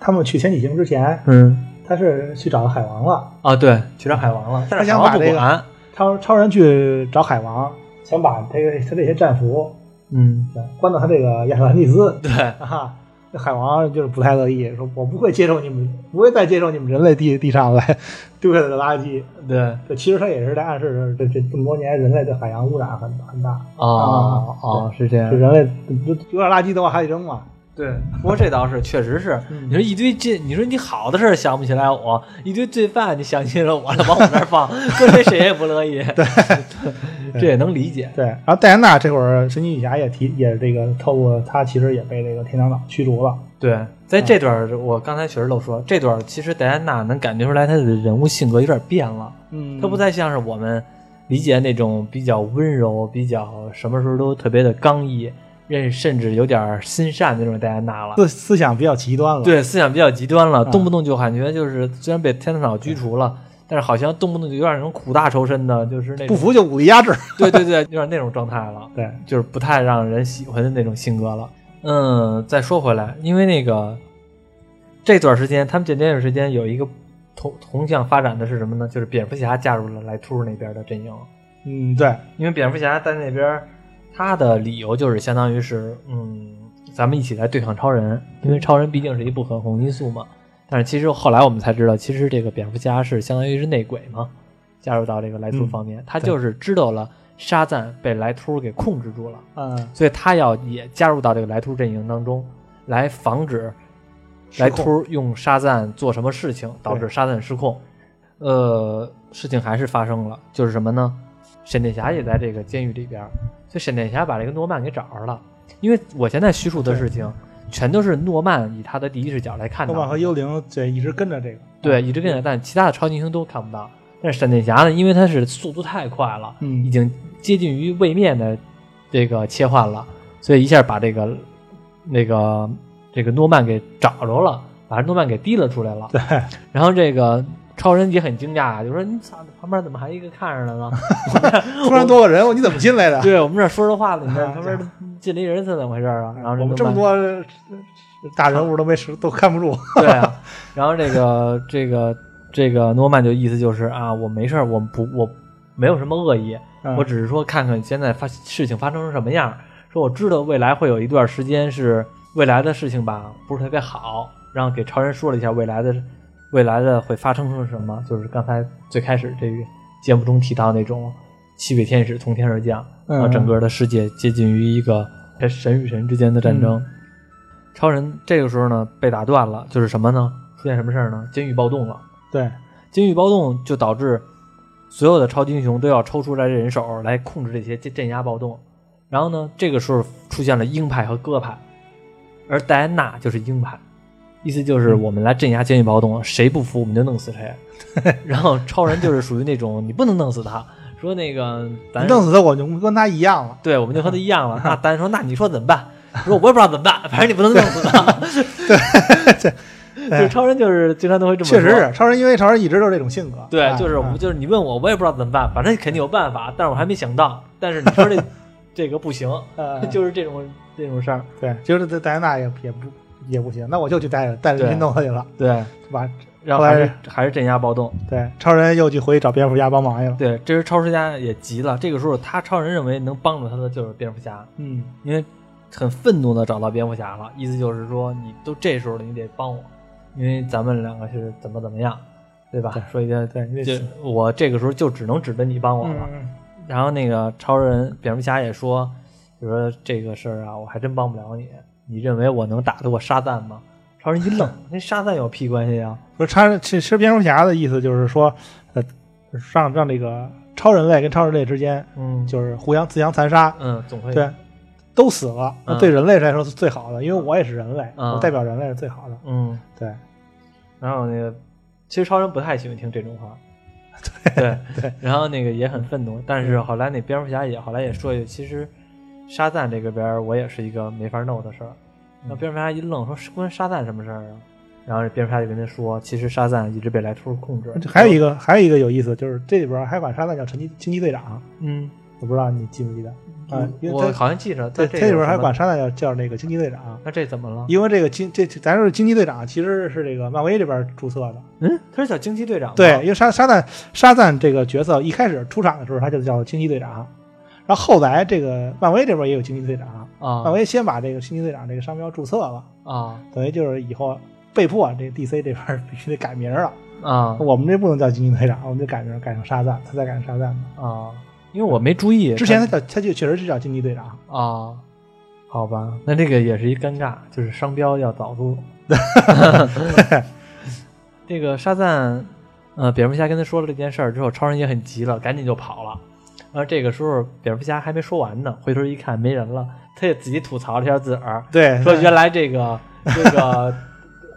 S3: 他们去前几行之前，
S2: 嗯
S3: 他是去找海王了，
S2: 啊，对，去找海王了，但是
S3: 想
S2: 海王
S3: 把
S2: 不
S3: 这个
S2: 管。
S3: 超超人去找海王，想把他这他这些战俘呃
S2: 嗯，
S3: 关到他这个亚特兰 蒂斯
S2: 对，
S3: 啊。那海王就是不太乐意，说我不会接受你们，不会再接受你们人类地地上来丢下来的垃圾。
S2: 对，
S3: 这其实他也是在暗示着，这这这么多年人类对海洋污染很很大，
S2: 哦哦，是这样
S3: 就。人类有点垃圾都往海里扔嘛。
S2: 对，不过这倒是，确实是。
S3: 嗯
S2: 你说一堆这，你说你好的事儿想不起来我，一堆罪犯你想起了我了，往我那儿放， 搁谁谁也不乐意。 对，这也能理解。
S3: 对，然后戴安娜这会儿神奇女侠也提也这个透过她其实也被这个天堂岛驱逐了。
S2: 对，在
S3: 嗯
S2: 这段儿我刚才确实漏说，这段儿其实戴安娜能感觉出来她的人物性格有点变了。
S3: 嗯
S2: 他不再像是我们理解那种比较温柔、比较什么时候都特别的刚毅，认甚至有点心善那种戴安娜了。
S3: 思思想比较极端了。，
S2: 对，思想比较极端
S3: 嗯
S2: 了，动不动就感觉就是虽然被天堂岛驱除了，但是好像动不动就有点那种苦大仇深的，就是那
S3: 不
S2: 种
S3: 服就武力压制。
S2: 对对对，有点那种状态了。
S3: 对，
S2: 就是不太让人喜欢的那种性格了。嗯，再说回来，因为那个这段时间，他们这段时间有一个同同向发展的是什么呢？就是蝙蝠侠加入了莱秃那边的阵营，
S3: 嗯，对，
S2: 因为蝙蝠侠在那边，他的理由就是相当于是，嗯，咱们一起来对抗超人，因为超人毕竟是一不可控因素嘛。但是其实后来我们才知道，其实这个蝙蝠侠是相当于是内鬼嘛，加入到这个莱秃
S3: 嗯
S2: 方面，他就是知道了沙赞被莱秃给控制住了。
S3: 嗯，
S2: 所以他要也加入到这个莱秃阵营当中，来防止莱秃用沙赞做什么事情导致沙赞失控。呃，事情还是发生了，就是什么呢？闪电侠也在这个监狱里边儿，所以闪电侠把这个诺曼给找着了。因为我现在叙述的事情，全都是诺曼以他的第一视角来看
S3: 诺
S2: 到
S3: 曼
S2: 的
S3: 和，幽灵这一直跟着这个。
S2: 对，一直跟着，但其他的超级英雄都看不到。但是闪电侠呢，因为他是速度太快了，
S3: 嗯
S2: 已经接近于位面的这个切换了，所以一下把这个那个这个诺曼给找着了，把诺曼给提了出来了。
S3: 对，
S2: 然后这个超人也很惊讶，就说：“你操，旁边怎么还一个看着 呢？我们这儿
S3: 突然多个人，你怎么进来的？
S2: 对我们这儿说着话呢，你这
S3: 啊
S2: 旁边进了一人是 怎么回事啊？”然后
S3: 我们这
S2: 诺曼
S3: 么多大人物都没识，都看不 住。
S2: 对啊，然后这个这个这个诺曼就意思就是啊，我没事儿，我不我没有什么恶意，
S3: 嗯
S2: 我只是说看看现在发事情发生成什么样儿。说我知道未来会有一段时间是未来的事情吧，不是特别好，然后给超人说了一下未来的未来的会发生成什么，就是刚才最开始这个节目中提到那种七位天使从天而降，
S3: 嗯
S2: 然后整个的世界接近于一个神与神之间的战争。
S3: 嗯
S2: 超人这个时候呢被打断了，就是什么呢？出现什么事儿呢？监狱暴动了。
S3: 对，
S2: 监狱暴动就导致所有的超级英雄都要抽出来人手来控制这些镇镇压暴动。然后呢，这个时候出现了鹰派和鸽派，而戴安娜就是鹰派，意思
S3: 嗯
S2: 就是我们来镇压监狱暴动，谁不服我们就弄死谁。 然后超人就是属于那种你不能弄死他，说那个咱
S3: 弄死他我就跟他一样了。
S2: 对，我们就和他一样 了。那丹说：“那你说怎么办？”我说：“我也不知道怎么办，反正你不能弄死他。”对， 就是超人就是经常都会这么说。
S3: 确实是，超人因为超人一直都是这种性格。
S2: 对
S3: 哎，
S2: 就是我
S3: 嗯
S2: 就是你问我，我也不知道怎么办，反正肯定有办法，但是我还没想到。但是你说这这个不行，
S3: 嗯
S2: 就是这种这种事儿。
S3: 对，就是戴戴安娜也也不也不行，那我就去带着带着
S2: 对
S3: 去弄他去了，
S2: 对，
S3: 对吧？
S2: 然后
S3: 后来
S2: 还是还是镇压暴动。
S3: 对，超人又去回去找蝙蝠侠帮忙去了。
S2: 对，这时超时家也急了，这个时候他超人认为能帮助他的就是蝙蝠侠，
S3: 嗯，
S2: 因为很愤怒的找到蝙蝠侠了，意思就是说你都这时候了，你得帮我，因为咱们两个是怎么怎么样，对吧？说一些
S3: 对，你
S2: 就
S3: 得
S2: 我这个时候就只能指着你帮我了。
S3: 嗯
S2: 然后那个超人蝙蝠侠也说，就说这个事儿啊，我还真帮不了你。你认为我能打得过沙赞吗？超人一愣，跟沙赞有屁关系啊？
S3: 说超人其实蝙蝠侠的意思就是说，呃，让让这个超人类跟超人类之间
S2: 嗯，
S3: 就是互相自相残杀。
S2: 嗯，总会
S3: 对，啊都死了，那
S2: 嗯
S3: 对人类来说是最好的，因为我也是人类，
S2: 嗯
S3: 我代表人类是最好的。
S2: 嗯，
S3: 对，
S2: 然后那个，其实超人不太喜欢听这种 话，对对，然后那个也很愤怒，但是后来那蝙蝠侠也后来也说一句，其实沙赞这个边儿我也是一个没法弄的事儿。
S3: 嗯
S2: 然后蝙蝠侠一愣，说是关沙赞什么事儿啊？然后蝙蝠侠就跟他说，其实沙赞一直被莱秃控制。
S3: 还有一个还有一个有意思，就是这里边还管沙赞叫神奇惊奇队长，
S2: 嗯，
S3: 我不知道你记不记得啊？因为
S2: 我
S3: 他
S2: 好像记着，
S3: 对
S2: 在
S3: 他
S2: 这
S3: 里边
S2: 有什
S3: 还
S2: 么
S3: 管沙赞叫叫那个惊奇队长，
S2: 那这怎么了？
S3: 因为这个惊这咱说惊奇队长其实是这个漫威这边注册的，
S2: 嗯，他是叫惊奇队长吗
S3: 对，因为沙沙赞沙赞这个角色一开始出场的时候，他就叫惊奇队长，然后后来这个漫威这边也有惊奇队长，漫
S2: 啊
S3: 威先把这个惊奇队长这个商标注册了，
S2: 啊
S3: 等于就是以后被迫这 DC 这边必须得改名了，
S2: 啊
S3: 我们这不能叫惊奇队长，我们就改名改成沙赞，他再改成沙赞吧。
S2: 啊！因为我没注意
S3: 之前他叫他就确实是叫惊奇 队长，
S2: 他啊，好吧，那这个也是一尴尬，就是商标要早入。这个沙赞，呃，蝙蝠侠跟他说了这件事儿之后，超人也很急了，赶紧就跑了。然后这个时候，蝙蝠侠还没说完呢，回头一看没人了，他也自己吐槽了一下自个儿，
S3: 对，
S2: 说原来这个这 个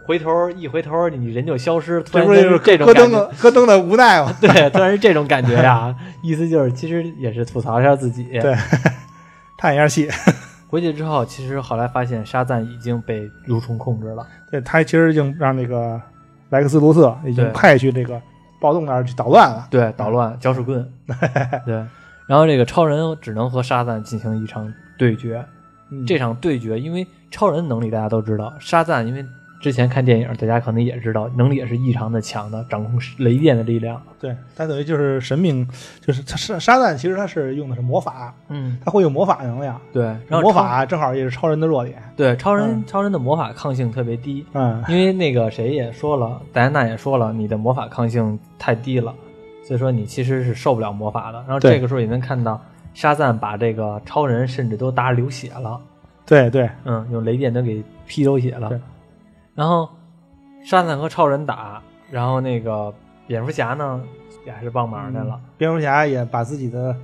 S2: 回头一回头你人就消失，突
S3: 这
S2: 然
S3: 不
S2: 间
S3: 就是
S2: 这种
S3: 戈
S2: 感
S3: 登
S2: 觉
S3: 的戈登的无奈吗？
S2: 对，突然是这种感觉呀，意思就是其实也是吐槽一下自己。
S3: 对 叹一下气，
S2: 回去之后，其实后来发现沙赞已经被蠕虫控制了。
S3: 对他其实已经让那个莱克斯卢瑟已经
S2: 对
S3: 派去这个暴动那儿去捣乱了。
S2: 对，捣乱搅屎棍，对。然后这个超人只能和沙赞进行一场对决。
S3: 嗯
S2: 这场对决，因为超人能力大家都知道，沙赞因为之前看电影，大家可能也知道，能力也是异常的强的，掌控雷电的力量。
S3: 对，他等于就是神明，就是他沙沙赞，其实他是用的是魔法，
S2: 嗯，
S3: 他会用魔法能量，
S2: 对。然后
S3: 魔
S2: 超
S3: 法正好也是超人的弱点。
S2: 对超人、
S3: 嗯
S2: 超人的魔法抗性特别低，
S3: 嗯，
S2: 因为那个谁也说了，戴安娜也说了，你的魔法抗性太低了，所以说你其实是受不了魔法的。然后
S3: 对
S2: 这个时候也能看到沙赞把这个超人甚至都打流血了，
S3: 对对
S2: 嗯，用雷电都给劈流血了
S3: 对。
S2: 然后沙赞和超人打，然后那个蝙蝠侠呢也还是帮忙来了，
S3: 蝙蝠侠也把自己的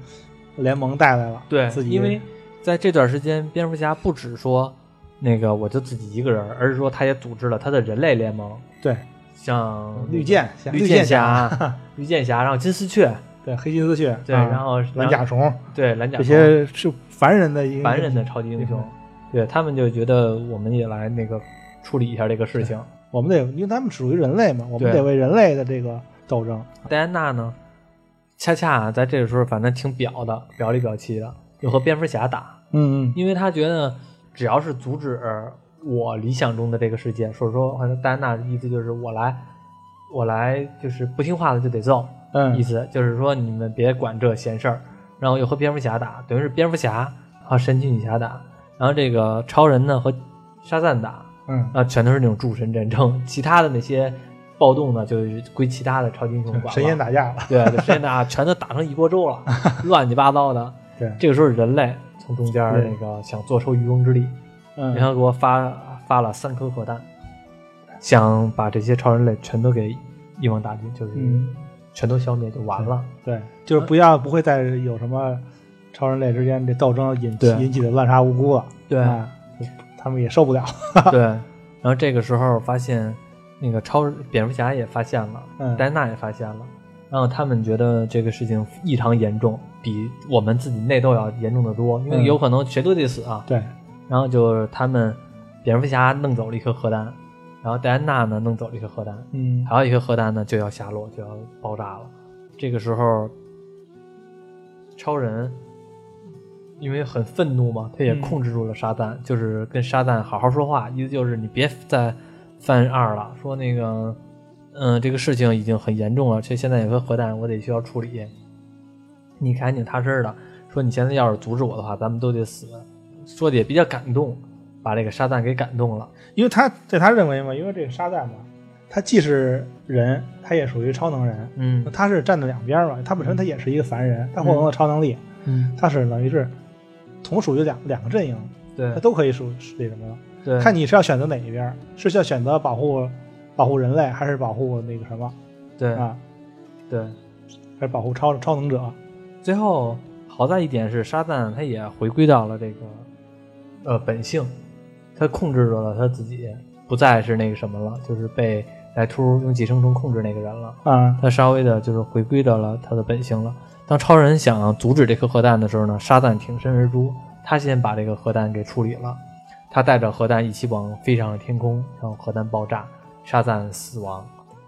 S3: 联盟带来了，
S2: 对
S3: 自，己
S2: 因为在这段时间，蝙蝠侠不只说那个我就自己一个人，而是说他也组织了他的人类联盟，
S3: 对
S2: 像
S3: 绿箭侠
S2: 绿
S3: 绿
S2: 箭
S3: 箭侠
S2: 侠、绿箭侠，然后金丝雀，
S3: 对黑金丝雀，
S2: 对，
S3: 啊
S2: 然后
S3: 蓝甲虫
S2: 对蓝甲
S3: 这
S2: 虫
S3: 些是凡人的一个
S2: 凡人的超级英雄，对他们就觉得我们也来那个处理一下这个事情。
S3: 我们得因为他们属于人类嘛，我们
S2: 对
S3: 得为人类的这个斗争。
S2: 戴安娜呢，恰恰在这个时候，反正挺表的，表里表气的，又和蝙蝠侠打，
S3: 嗯嗯，
S2: 因为她觉得只要是阻止我理想中的这个世界，所以说好像戴安娜的意思就是我来，我来就是不听话的就得揍，
S3: 嗯
S2: 意思就是说你们别管这闲事儿，然后又和蝙蝠侠打，等于是蝙蝠侠和神奇女侠打，然后这个超人呢和沙赞打，
S3: 嗯，
S2: 啊，全都是那种诸神战争，其他的那些暴动呢，就是归其他的超级英雄管了。
S3: 神仙打架了，
S2: 对，对，神仙打 全都打成一锅粥了，乱七八糟的。
S3: 对，
S2: 这个时候人类从中间儿
S3: 对
S2: 那个想坐收渔翁之利，
S3: 嗯，
S2: 联合国发发了三颗核弹，想把这些超人类全都给一网打尽，就是
S3: 嗯
S2: 全都消灭就完了。
S3: 对，
S2: 嗯
S3: 就是不要不会再有什么超人类之间这斗争引起
S2: 对
S3: 引起的乱杀无辜了。
S2: 对
S3: 啊他们也受不了。
S2: 对，然后这个时候发现那个超蝙蝠侠也发现了，
S3: 嗯
S2: 戴安娜也发现了，然后他们觉得这个事情异常严重，比我们自己内斗要严重的多，因为
S3: 嗯
S2: 有可能谁都得死啊。
S3: 对，
S2: 然后就是他们蝙蝠侠弄走了一颗核弹，然后戴安娜呢弄走了一颗核弹，
S3: 嗯，
S2: 还有一颗核弹呢就要下落，就要爆炸了。这个时候，超人因为很愤怒嘛，他也
S3: 嗯
S2: 控制住了沙赞，就是跟沙赞好好说话，意思就是你别再犯二了，说那个，嗯、这个事情已经很严重了，这现在有颗核弹，我得需要处理，你赶紧踏实的。说你现在要是阻止我的话，咱们都得死。说的也比较感动，把这个沙赞给感动了。
S3: 因为他在他认为嘛，因为这个沙赞嘛，他既是人，他也属于超能人。
S2: 嗯
S3: 他是站在两边嘛，他本身他也是一个凡人，他获得了超能力，
S2: 嗯，
S3: 他是等于是同属于两两个阵营，
S2: 对
S3: 他都可以属属那什么了。
S2: 对，
S3: 看你是要选择哪一边，是要选择保护保护人类，还是保护那个什么
S2: 对
S3: 啊？
S2: 对。
S3: 还是保护超超能者？
S2: 最后好在一点是沙赞他也回归到了这个呃本性，他控制住了他自己，不再是那个什么了，就是被莱秃用寄生虫控制那个人了。
S3: 啊，
S2: 他稍微的就是回归到了他的本性了。当超人想阻止这颗核弹的时候呢，沙赞挺身而出，他先把这个核弹给处理了。他带着核弹一起往飞上了天空，然后核弹爆炸，沙赞死亡。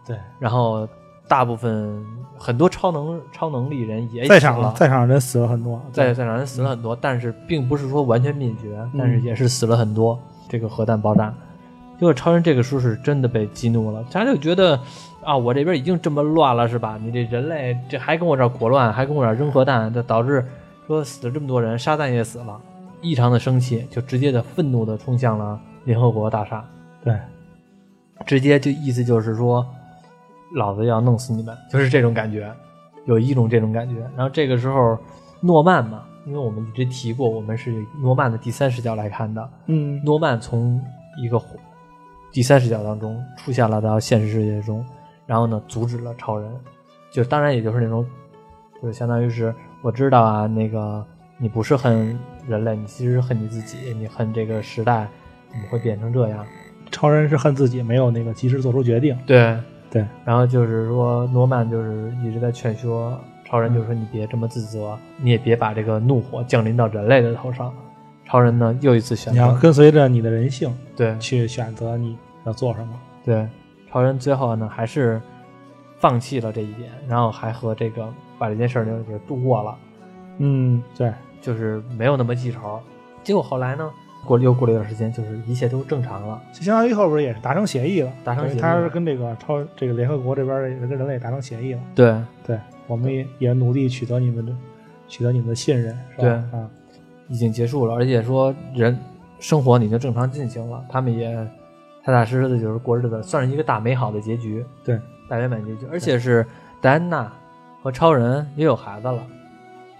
S3: 对，
S2: 然后大部分很多超能超能力人也
S3: 在
S2: 死
S3: 场
S2: 了，
S3: 在场人死了很多，
S2: 在在场人死了很多，但是并不是说完全灭绝，但是也是死了很多。这个核弹爆炸，结果超人这个时候是真的被激怒了，他就觉得啊，我这边已经这么乱了是吧？你这人类这还跟我这儿国乱，还跟我这儿扔核弹，这导致说死了这么多人，沙赞也死了，异常的生气，就直接的愤怒的冲向了联合国大厦，
S3: 对，
S2: 直接就意思就是说，老子要弄死你们，就是这种感觉，有一种这种感觉。然后这个时候，诺曼嘛，因为我们一直提过，我们是以诺曼的第三视角来看的。
S3: 嗯，
S2: 诺曼从一个火第三视角当中出现了到现实世界中，然后呢阻止了超人，就当然也就是那种，就是相当于是我知道啊，那个你不是恨人类，你其实是恨你自己，你恨这个时代怎么会变成这样？
S3: 超人是恨自己没有那个及时做出决定，
S2: 对，
S3: 对，
S2: 然后就是说，诺曼就是一直在劝说超人，就是说你别这么自责，你也别把这个怒火降临到人类的头上。超人呢，又一次选
S3: 你要
S2: 择，
S3: 跟随着你的人性
S2: 对
S3: 去选择你要做什么，
S2: 对，超人最后呢还是放弃了这一点，然后还和这个把这件事儿就给度过了，
S3: 嗯，对，
S2: 就是没有那么记仇。结果后来呢，过又过了一段时间，就是一切都正常了。
S3: 就相当于后边也是达成协议了，
S2: 达成
S3: 对
S2: 协议
S3: 他
S2: 了
S3: 是跟这个超这个联合国这边也是跟人类达成协议了，
S2: 对，
S3: 对，我们也也努力取得你们的取得你们的信任，是吧？
S2: 对
S3: 啊，
S2: 已经结束了，而且说人生活已经正常进行了，他们也踏踏实实的就是过日子，算是一个大美好的结局，
S3: 对，
S2: 大圆满结局。而且是戴安娜和超人也有孩子了，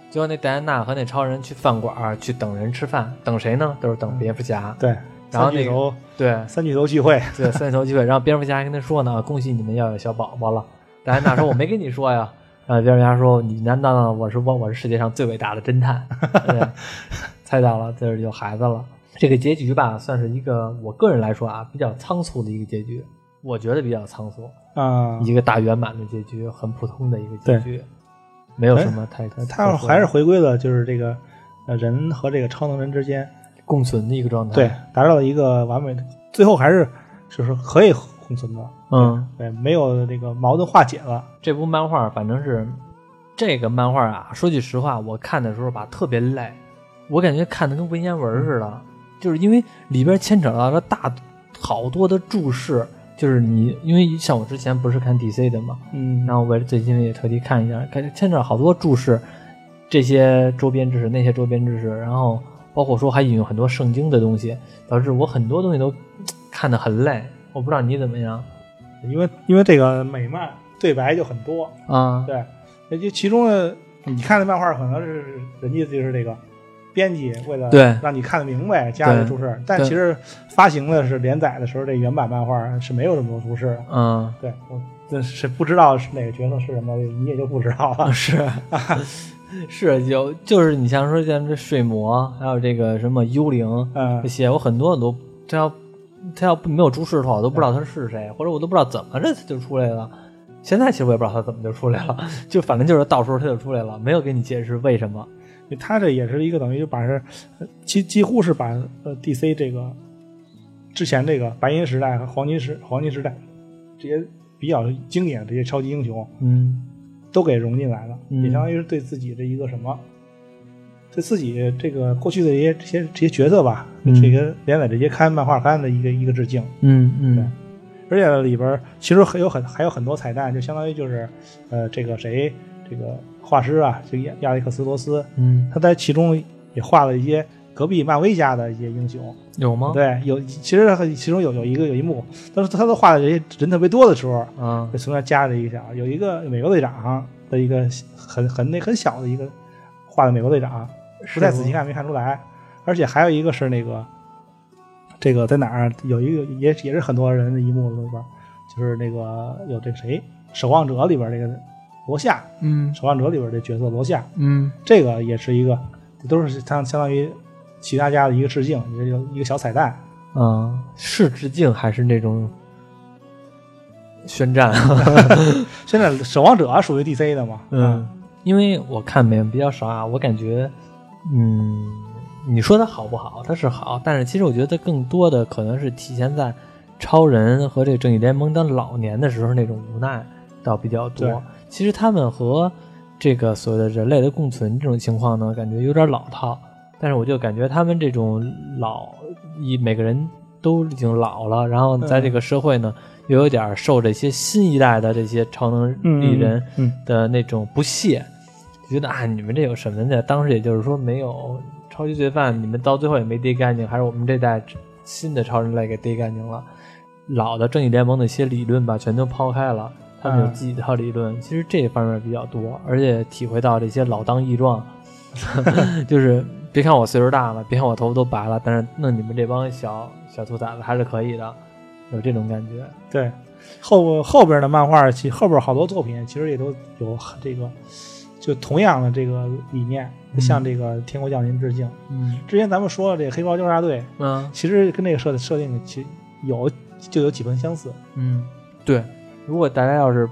S2: 结果那戴安娜和那超人去饭馆儿去等人吃饭，等谁呢？都是等蝙蝠侠。
S3: 对，
S2: 然后
S3: 三巨
S2: 那个
S3: 头
S2: 对
S3: 三巨头聚会，
S2: 对，三头机会。然后蝙蝠侠还跟他说呢，恭喜你们要有小宝宝了。戴安娜说我没跟你说呀。然后蝙蝠侠说你难道我是我我是世界上最伟大的侦探？对，猜到了，就是有孩子了。这个结局吧，算是一个我个人来说啊比较仓促的一个结局，我觉得比较仓促，
S3: 啊、
S2: 一个大圆满的结局，很普通的一个结局，没有什么太
S3: 哎他要是还是回归了，就是这个呃人和这个超能人之间，
S2: 共存的一个状态。
S3: 对，，达到了一个完美的，最后还是就是可以共存的，
S2: 嗯，
S3: 对，没有这个矛盾化解了，
S2: 这部漫画反正是这个漫画啊，说句实话，我看的时候吧特别累，我感觉看的跟文言文似的，就是因为里边牵扯到了大好多的注释，就是你因为像我之前不是看 DC 的嘛，
S3: 嗯
S2: 然后我最近也特地看一下，感觉牵扯好多注释，这些周边知识，那些周边知识，然后包括说还引用很多圣经的东西，导致我很多东西都看得很累。我不知道你怎么样
S3: 因为因为这个美漫对白就很多，
S2: 啊？
S3: 对，也就其中的你看的漫画可能是人家就是这个。编辑为了
S2: 对
S3: 让你看得明白，加了
S2: 对
S3: 注释，但
S2: 对
S3: 其实发行的是连载的时候，这原版漫画是没有这么多注释的。
S2: 嗯，
S3: 对，我这是不知道是哪个角色是什么，你也就不知道
S2: 啊，
S3: 了。
S2: 是是有，就是你像说像这睡魔，还有这个什么幽灵
S3: 嗯
S2: 这，些，我很多我都他要他要没有注释的话，我都不知道他是谁，或者我都不知道怎么着他就出来了。现在其实我也不知道他怎么就出来了， 就反正就是到时候他就出来了，没有给你解释为什么。
S3: 他这也是一个等于就把是呃几几乎是把呃 DC 这个之前这个白银时代和黄金时黄金时代这些比较经典的这些超级英雄
S2: 嗯
S3: 都给融进来了，
S2: 嗯
S3: 也相当于是对自己的一个什么。对自己这个过去的这些这些这些角色吧，
S2: 嗯
S3: 这个连载这些刊漫画刊的一个一个致敬，
S2: 嗯嗯，
S3: 对而且里边儿其实还有很还有很多彩蛋，就相当于就是，呃，这个谁，这个画师啊，这个亚亚历克斯罗斯，
S2: 嗯，
S3: 他在其中也画了一些隔壁漫威家的一些英雄。
S2: 有吗？
S3: 对，有其实他其中有有一个有一幕，但是他都画的人人特别多的时候，
S2: 啊，
S3: 就从那加了一个小，有一个美国队长的一个很很那很小的一个画的美国队长，不太仔细看没看出来，而且还有一个是那个，这个在哪儿有一个也也是很多人的一幕里边，就是那个有这个谁《守望者》里边这个罗夏，
S2: 嗯
S3: 《守望者》里边这角色罗夏，
S2: 嗯
S3: 这个也是一个都是相相当于其他家的一个致敬，一个一个小彩蛋。
S2: 嗯，是致敬还是那种宣战？啊
S3: 现在《守望者》属于 DC 的嘛？啊
S2: 嗯，因为我看美漫比较少啊，我感觉，嗯，你说它好不好？它是好，但是其实我觉得它更多的可能是体现在超人和这个正义联盟当老年的时候那种无奈倒比较
S3: 对
S2: 多。其实他们和这个所谓的人类的共存这种情况呢，感觉有点老套。但是我就感觉他们这种老，一每个人都已经老了，然后
S3: 嗯
S2: 在这个社会呢，又有点受这些新一代的这些超能力人
S3: 嗯
S2: 的那种不屑，就觉得啊，你们这有什么呢？当时也就是说没有超级罪犯，你们到最后也没逮干净，还是我们这代新的超人类给逮干净了。老的正义联盟的一些理论吧，全都抛开了，他们有
S3: 嗯
S2: 自己的一套理论，其实这方面比较多，而且体会到这些老当益壮，就是别看我岁数大了，别看我头发都白了，但是弄你们这帮小小兔崽子还是可以的，有这种感觉。
S3: 对，后后边的漫画，其后边好多作品其实也都有很这个，就同样的这个理念，
S2: 嗯
S3: 向这个《天国降临》致敬。
S2: 嗯
S3: 之前咱们说的这个黑豹纠察队，
S2: 嗯
S3: 其实跟这个设设定其实有就有几分相似。
S2: 嗯，对，如果大家要是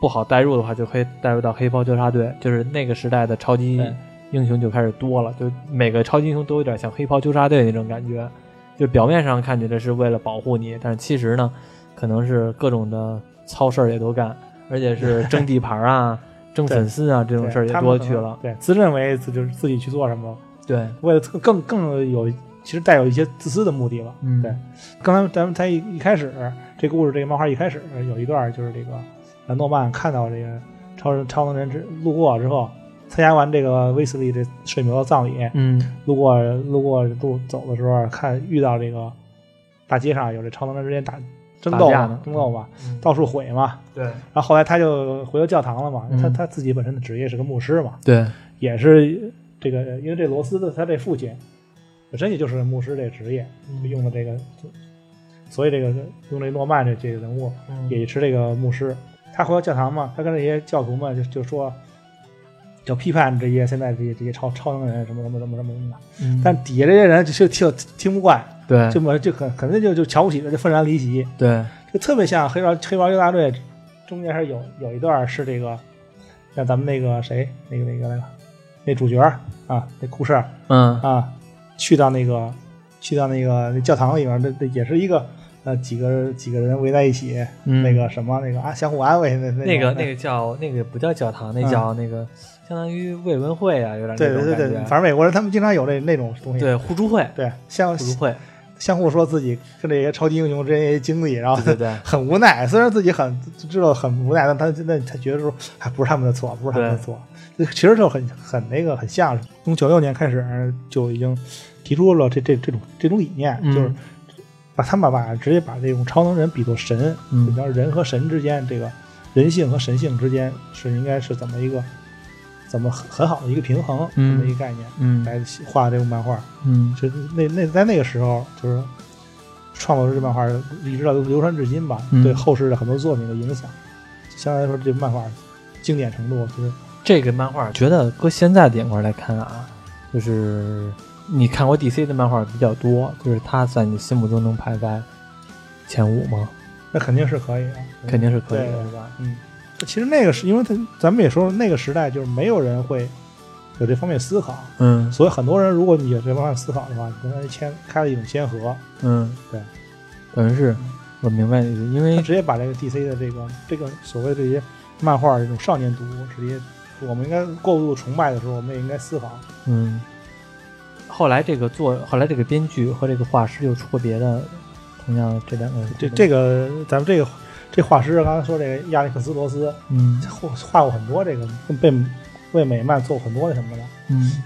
S2: 不好代入的话，就可以代入到黑豹纠察队，就是那个时代的超级
S3: 对
S2: 英雄就开始多了，就每个超级英雄都有点像黑豹纠察队那种感觉，就表面上看起来是为了保护你，但是其实呢，可能是各种的操事儿也都干，而且 是争地盘儿啊、争粉丝啊这种
S3: 对
S2: 事儿也
S3: 他们
S2: 多
S3: 可
S2: 去
S3: 能
S2: 了。
S3: 对，自认为自就是自己去做什么，
S2: 对，
S3: 为了更更更有，其实带有一些自私的目的了。
S2: 嗯
S3: 对。刚才咱们才一一开始，这故事这个漫画一开始有一段就是这个呃诺曼看到这个超人超能人之路过之后，参加完这个威斯利这睡牛的葬礼，
S2: 嗯
S3: 路过路过路走的时候看遇到这个大街上有这超能人之间打争斗
S2: 打架
S3: 嘛
S2: 呢
S3: 争斗嘛，
S2: 嗯
S3: 到处毁嘛。
S2: 对
S3: 然后后来他就回到教堂了嘛，
S2: 嗯
S3: 他他自己本身的职业是个牧师嘛，
S2: 对，
S3: 也是这个，因为这罗斯的他这父亲本身也就是牧师这职业，用的这个，所以这个用这诺曼这这个人物嗯也是这个牧师。他回到教堂嘛，他跟这些教徒们就就说，就批判这些现在这些这些超超能人什么什么什么什么什么的。
S2: 嗯
S3: 但底下这些人就听听不惯，
S2: 对
S3: 就么就很肯定就就瞧不起了，就愤然离席。
S2: 对，
S3: 就特别像黑豹黑豹纠察队中间是有有一段是这个，像咱们那个谁那个那个那个那主角儿啊，那库舍
S2: 嗯
S3: 啊，去到那个去到那个那教堂里面，这这也是一个呃几个几个人围在一起，
S2: 嗯
S3: 那个什么那个啊相互安慰那那
S2: 那个
S3: 个
S2: 那个叫那个不叫教堂，那
S3: 嗯
S2: 叫那个相当于慰问会啊，有点
S3: 对
S2: 那
S3: 对
S2: 种
S3: 对
S2: 感
S3: 对，
S2: 觉。
S3: 反正美国人他们经常有这那种东西，
S2: 对互助 会，
S3: 对
S2: 互
S3: 相
S2: 助 会，
S3: 相互说自己跟这些超级英雄之间一些经历，然后
S2: 对对对
S3: 很无奈。虽然自己很知道很无奈，但他那他觉得说，哎，不是他们的错，不是他们的错。这其实就很很那个很像，从九六年开始就已经提出了这这这种这种理念，
S2: 嗯
S3: 就是把他们把直接把这种超能人比作神，
S2: 嗯
S3: 比较人和神之间这个人性和神性之间是应该是怎么一个怎么很很好的一个平衡，
S2: 嗯
S3: 这么一个概念
S2: 嗯
S3: 来画这个漫画。
S2: 嗯
S3: 就是那那在那个时候，就是创作这漫画一直到流传至今吧，
S2: 嗯
S3: 对后世的很多作品的影响，相对来说这漫画经典程度就是
S2: 这个漫画觉得搁现在的眼光来看啊，就是你看过 DC 的漫画比较多，就是它在你心目中能排在前五吗？
S3: 那肯定是可以的，
S2: 肯定是可以
S3: 嗯对
S2: 的，是吧？
S3: 嗯。其实那个是因为他咱们也说那个时代就是没有人会有这方面思考，
S2: 嗯
S3: 所以很多人如果你有这方面思考的话，你跟他先开了一种先河，
S2: 嗯，
S3: 对，
S2: 等于是我明白你的意思，因
S3: 他
S2: 为
S3: 直接把这个 DC 的这个这个所谓的这些漫画这种少年读物直接。我们应该过度崇拜的时候，我们也应该思考，
S2: 嗯，后来这个做，后来这个编剧和这个画师又出过别的，同样这两个
S3: 这这个咱们这个这画师刚才说这个亚历克斯罗斯
S2: 嗯
S3: 画画过很多这个被为美漫做过很多那什么的，
S2: 嗯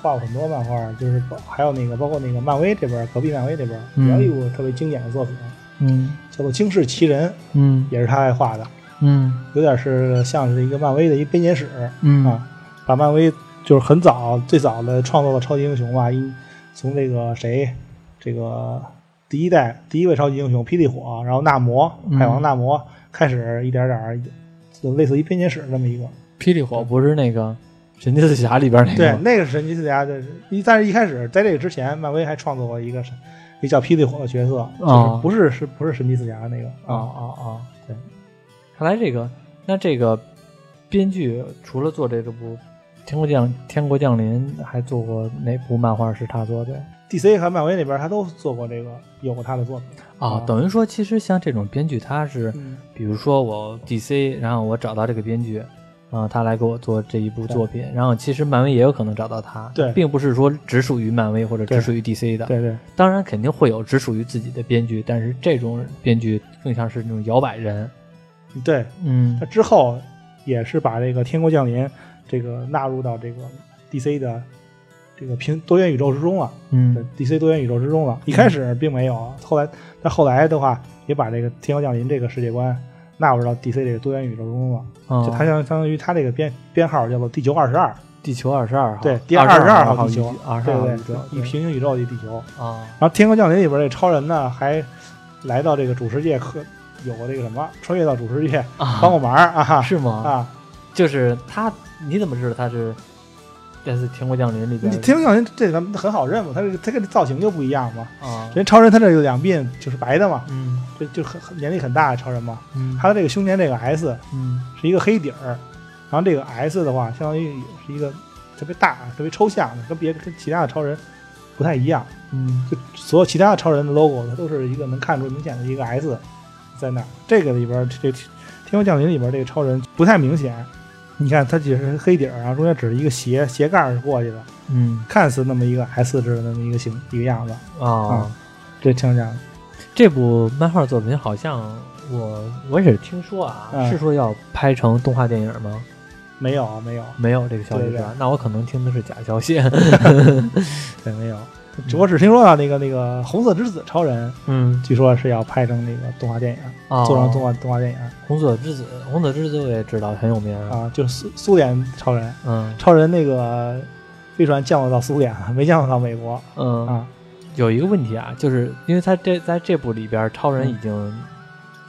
S3: 画过很多漫画，就是包还有那个包括那个漫威这边隔壁漫威这边
S2: 嗯
S3: 也有一部特别经典的作品
S2: 嗯
S3: 叫做《惊世奇人》，
S2: 嗯
S3: 也是他爱画的，
S2: 嗯
S3: 有点是像是一个漫威的一编年史
S2: 嗯
S3: 啊，把漫威就是很早最早的创作的超级英雄吧，一从这个谁这个第一代第一位超级英雄霹雳火，然后纳摩
S2: 嗯
S3: 海王纳摩、
S2: 嗯
S3: 开始一点点儿，就类似于编年史这么一个，
S2: 霹雳火不是那个神奇四侠里边那
S3: 对
S2: 个，吗，
S3: 那个是神奇四侠的，一但是一开始在这个之前，漫威还创作过一个是一个叫霹雳火的角色，
S2: 哦
S3: 就是不是是不是神奇四侠那个
S2: 啊啊啊！
S3: 对，
S2: 看来这个那这个编剧除了做这个部《天国降天国降临》，还做过哪部漫画是他做的呀？
S3: DC 和漫威那边他都做过这个，有过他的作品
S2: 啊，等于说，其实像这种编剧，他是，
S3: 嗯
S2: 比如说我 DC，然后我找到这个编剧，然后他来给我做这一部作品，然后其实漫威也有可能找到他，
S3: 对
S2: 并不是说只属于漫威或者只
S3: 对
S2: 属于 DC 的，
S3: 对对
S2: 当然肯定会有只属于自己的编剧，但是这种编剧更像是那种摇摆人，
S3: 对，
S2: 嗯
S3: 他之后也是把这个《天国降临》这个纳入到这个 DC 的这个平多元宇宙之中了。对
S2: 嗯
S3: DC 多元宇宙之中了。一开始并没有，后来但后来的话，也把这个《天国降临》这个世界观纳入到 DC 这个多元宇宙中了。
S2: 啊，
S3: 就它相相当于它这个编编号叫做地球二十二，
S2: 地球二十二号，
S3: 对，第
S2: 二
S3: 十二
S2: 号
S3: 地球，
S2: 啊二十
S3: 对
S2: 二号
S3: 对
S2: 宇宙
S3: 对，一平行宇宙的地球。
S2: 啊，
S3: 然后《天国降临》里边这超人呢，还来到这个主世界和有个这个什么穿越到主世界
S2: 啊
S3: 帮我忙儿啊哈
S2: 是吗？
S3: 啊！
S2: 就是他，你怎么知道他是？这是《天国降临》里边
S3: 你《天国降临》这咱们很好认嘛，它这个它这个造型就不一样嘛。
S2: 啊，
S3: 人超人他这有两鬓就是白的嘛，
S2: 嗯
S3: 这就很很年龄很大的超人嘛。
S2: 嗯，
S3: 他的这个胸前这个 S
S2: 嗯
S3: 是一个黑底儿，然后这个 S 的话，相当于是一个特别大、特别抽象的，跟别跟其他的超人不太一样。
S2: 嗯
S3: 就所有其他的超人的 logo，它都是一个能看出明显的一个 S 在那儿。这个里边儿，这这《天空降临》里边儿这个超人不太明显。你看，它只是黑底儿，然后中间只是一个斜斜杠儿是过去的，
S2: 嗯
S3: 看似那么一个 S 字的那么一个形一个样子。
S2: 啊
S3: 啊，这听讲
S2: 这部漫画作品好像我我也是听说啊，
S3: 嗯
S2: 是说要拍成动画电影吗？
S3: 没有没有，
S2: 没有这个消息
S3: 对
S2: 是
S3: 对
S2: 吧？那我可能听的是假消 息。
S3: 对没有。我只听说到那个那个红色之子超人，
S2: 嗯，
S3: 据说是要拍成那个动画电影，
S2: 啊，
S3: 做成动画动画电影
S2: 红色之子》，《红色之子》我也知道很有名。
S3: 啊，就是苏苏联超人，
S2: 嗯
S3: 超人那个飞船降落到苏联了，没降落到美国
S2: 嗯，
S3: 啊。
S2: 有一个问题啊，就是因为他这在这部里边，超人已经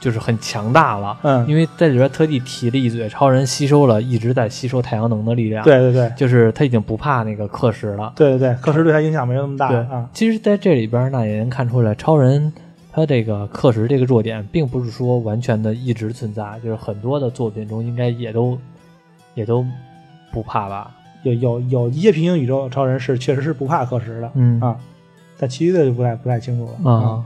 S2: 就是很强大了。
S3: 嗯，
S2: 因为在里边特地提了一嘴，超人吸收了，一直在吸收太阳能的力量。，
S3: 对对对
S2: 就是他已经不怕那个氪石了。
S3: 对对对，科什对他影响没有那么大
S2: 对
S3: 啊。
S2: 其实在这里边呢，也能看出来，超人他这个氪石这个弱点，并不是说完全的一直存在，就是很多的作品中应该也都也都不怕吧。
S3: 有有有一些平行宇宙超人是确实是不怕科什的
S2: 嗯
S3: 啊，但其余的就不太不太清楚了
S2: 啊，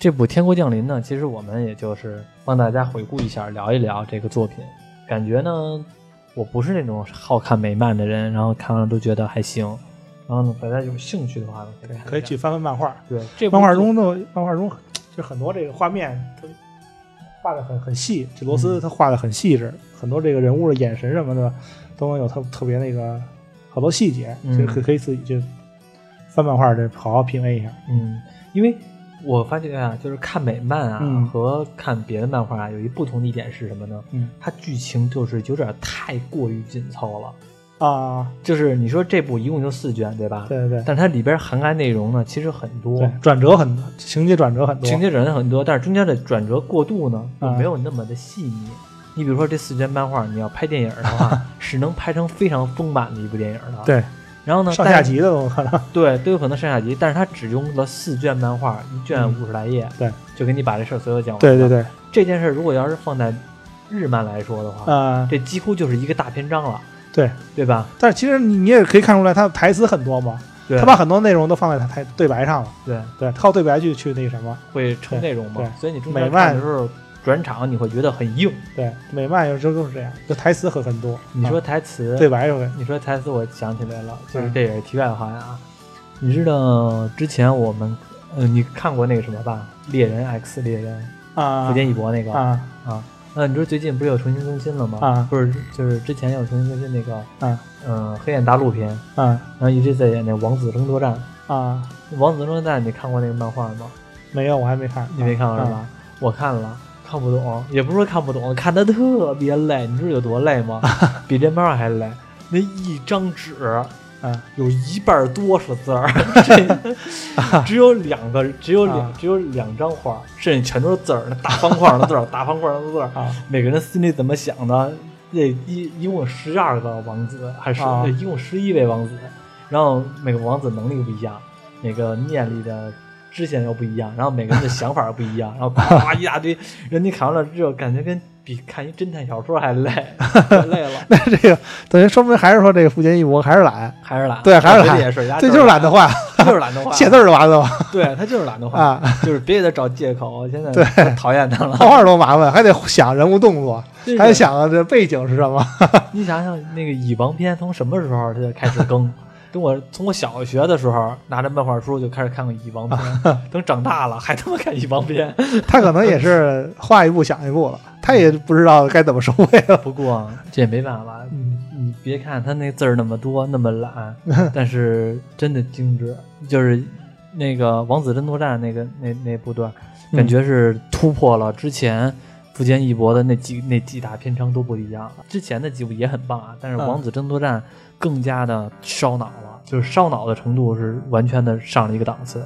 S2: 这部《天国降临》呢，其实我们也就是帮大家回顾一下，聊一聊这个作品。感觉呢，我不是那种好看美漫的人，然后看完了都觉得还行。然后呢，大家有兴趣的话呢，可以看一下
S3: 可以去翻翻漫画，
S2: 对这部
S3: 漫画
S2: 作
S3: 中的漫画中就是很多这个画面都画的很很细，这罗
S2: 嗯
S3: 斯他画的很细致，很多这个人物的眼神什么的都能有特特别那个好多细节，
S2: 嗯
S3: 其实可可以自己去翻漫画，这好好品味一下。
S2: 嗯，因为我发觉啊，就是看美漫啊、
S3: 嗯
S2: 和看别的漫画啊，有一不同的一点是什么呢？
S3: 嗯
S2: 它剧情就是有点太过于紧凑了。
S3: 啊，
S2: 就是你说这部一共就四卷，对吧？。
S3: 对对对
S2: 但它里边涵盖内容呢，其实很多
S3: 对，，转折很多，情节转折很多，
S2: 情节转折很多，但是中间的转折过渡呢，又
S3: 啊
S2: 没有那么的细腻。你比如说这四卷漫画，你要拍电影的 话，是能拍成非常丰满的一部电影的。。
S3: 对
S2: 然后呢，
S3: 上
S2: 但
S3: 下
S2: 是
S3: 集的我看到，
S2: 对，都有可能上下集，但是他只用了四卷漫画，一卷
S3: 嗯
S2: 五十来页，
S3: 对，
S2: 就给你把这事儿所有讲完。
S3: 对对，对，
S2: 这件事儿如果要是放在日漫来说的话，
S3: 啊、
S2: 这几乎就是一个大篇章了，
S3: 对，
S2: 对吧？
S3: 但是其实你你也可以看出来，他台词很多嘛，
S2: 对，
S3: 他把很多内容都放在他台对白上了，
S2: 对
S3: 对，靠对白去去那个什么，
S2: 会成内容
S3: 对
S2: 嘛
S3: 对，
S2: 所以你中
S3: 美
S2: 间
S3: 漫
S2: 看的时候转场你会觉得很硬。
S3: 对，美漫有时候都是这样，就台词很很多，
S2: 你说
S3: 啊
S2: 台词，
S3: 对白就会。
S2: 你说台词，我想起来了，就是
S3: 嗯
S2: 这也是题外话啊。你知道之前我们，呃，你看过那个什么吧，《猎人 X 猎人》
S3: 啊，
S2: 福建一博那个
S3: 啊
S2: 啊，那你说最近不是又重新更新了吗？
S3: 啊
S2: 不是，就是之前又重新更新那个，
S3: 啊
S2: 嗯、黑暗大陆篇，然
S3: 啊
S2: 后一直在演那王子争夺战。
S3: 啊！
S2: 王子争夺战，你看过那个漫画吗？
S3: 没有，我还没看，
S2: 你没看过
S3: 啊
S2: 是吧？我看了，看不懂，也不是说看不懂，看的特别累。你知道有多累 吗？比这漫画还累。那一张纸
S3: 啊
S2: 有一半多是字 儿，这只有两个，只有两，
S3: 啊
S2: 只有两张画，剩下全都是字儿，那大方块儿的字儿，大方块儿的字儿。
S3: 啊
S2: 每个人心里怎么想的，那一一共十二个王子，还是、
S3: 啊
S2: 对一共十一位王子，然后每个王子能力不一样，每个念力的支线又不一样，然后每 个人的想法不一样，然后啪一大堆，人家看完了之后，感觉跟比看一侦探小说 还累，太累了，
S3: 那这个等于说明还是说这个富坚义博还是懒，
S2: 还是懒，
S3: 对还是
S2: 我觉得
S3: 懒
S2: 啊也是，
S3: 这就是懒得画，
S2: 他就是懒得画，
S3: 写字儿就完了吧？
S2: 对他就是懒得画，
S3: 啊，
S2: 就是别给他找借口，现在太讨厌他了，
S3: 画画多麻烦，还得想人物动作，
S2: 真是
S3: 还得想这背景是什么。
S2: 你想想，那个蚁王篇从什么时候它就开始 更？跟我从我小学的时候拿着漫画书就开始看过蚁王 篇，等长大了还他妈看蚁王篇。
S3: 他可能也是画一步想一步了，他也不知道该怎么收尾了。
S2: 不过这也没办法，
S3: 嗯，
S2: 你别看他那字儿那么多，那么懒， 但是真的精致。就是那个王子争夺战那个那那部段，
S3: 嗯
S2: 感觉是突破了之前富坚义博的那几那几大篇章都不一样。之前的几部也很棒啊，但是
S3: 嗯
S2: 王子争夺战更加的烧脑了，就是烧脑的程度是完全的上了一个档次。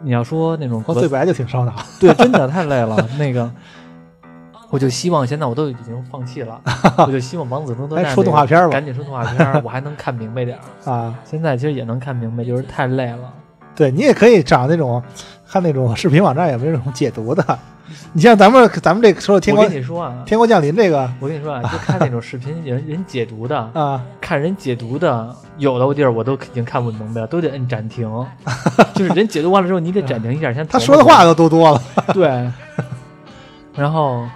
S2: 你要说那种
S3: 我
S2: 格
S3: 最白就挺烧脑，
S2: 对，真的太累了。那个，我就希望现在我都已经放弃 了，我就希望《王子争夺
S3: 哎
S2: 战》
S3: 出
S2: 这
S3: 动
S2: 个
S3: 画片儿吧
S2: 赶紧出动画片 儿，我还能看明白点儿。
S3: 啊。
S2: 现在其实也能看明白，就是太累了。
S3: 对你也可以找那种看那种视频网站有没有那种解读的。你像咱们咱们这个说的天
S2: 我
S3: 国
S2: 跟你说啊，
S3: 天国降临这个
S2: 我跟你说啊，就看那种视 频人人解读的，
S3: 啊，
S2: 看人解读的，有的地儿我都已经看不明白了，都得摁暂 停。就是人解读完了之后，你得暂停一下，先
S3: 他
S2: 琢
S3: 说
S2: 磨
S3: 的
S2: 琢磨
S3: 话都多多了。
S2: 对。然后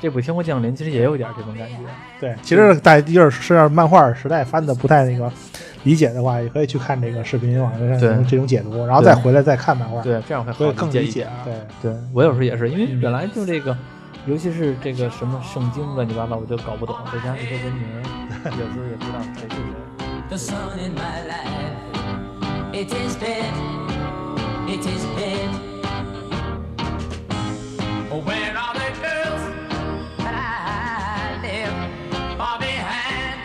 S2: 这部《天国降临》其实也有一点儿这种感觉。
S3: 对，其实在有点是漫画时代翻的不太那个理解的话，也可以去看这个视频网站
S2: 对
S3: 这种解读，然后再回来再看漫画，
S2: 对，这样会好
S3: 会更
S2: 解
S3: 理
S2: 一点儿。
S3: 解对，
S2: 对我有时候也是，因为本来就这个，尤其是这个什么圣经乱七八糟，我就搞不懂，再加上这些文明，有时候也不知道谁是谁。
S5: the sun in my life. It is bed, it is bed. Oh, where are the girls that I left far behind?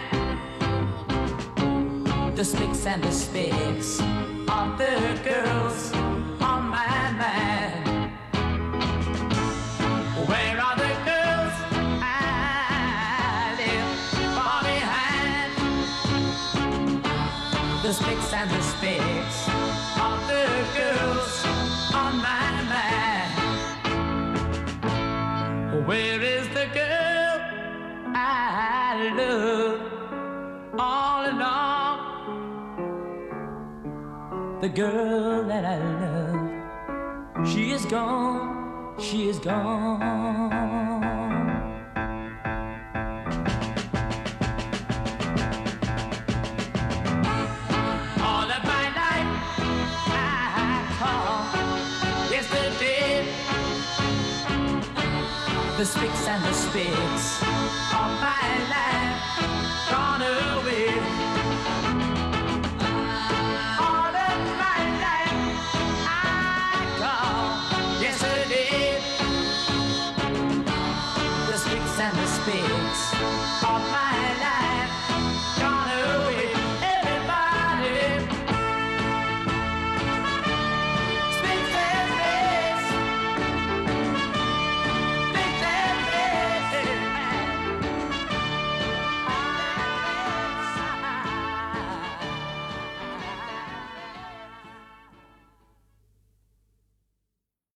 S5: The spicks and the spicks of the girls on my mind. Where are the girls I left far behind? the spicks and the spicks of the girls on my mind. Where is the girl I love all along? The girl that I love, she is gone, she is gone. All of my life Ah, I call yesterday. The spicks and the spicks of my life gone away. All of my life I call yesterday. The spicks and the spicks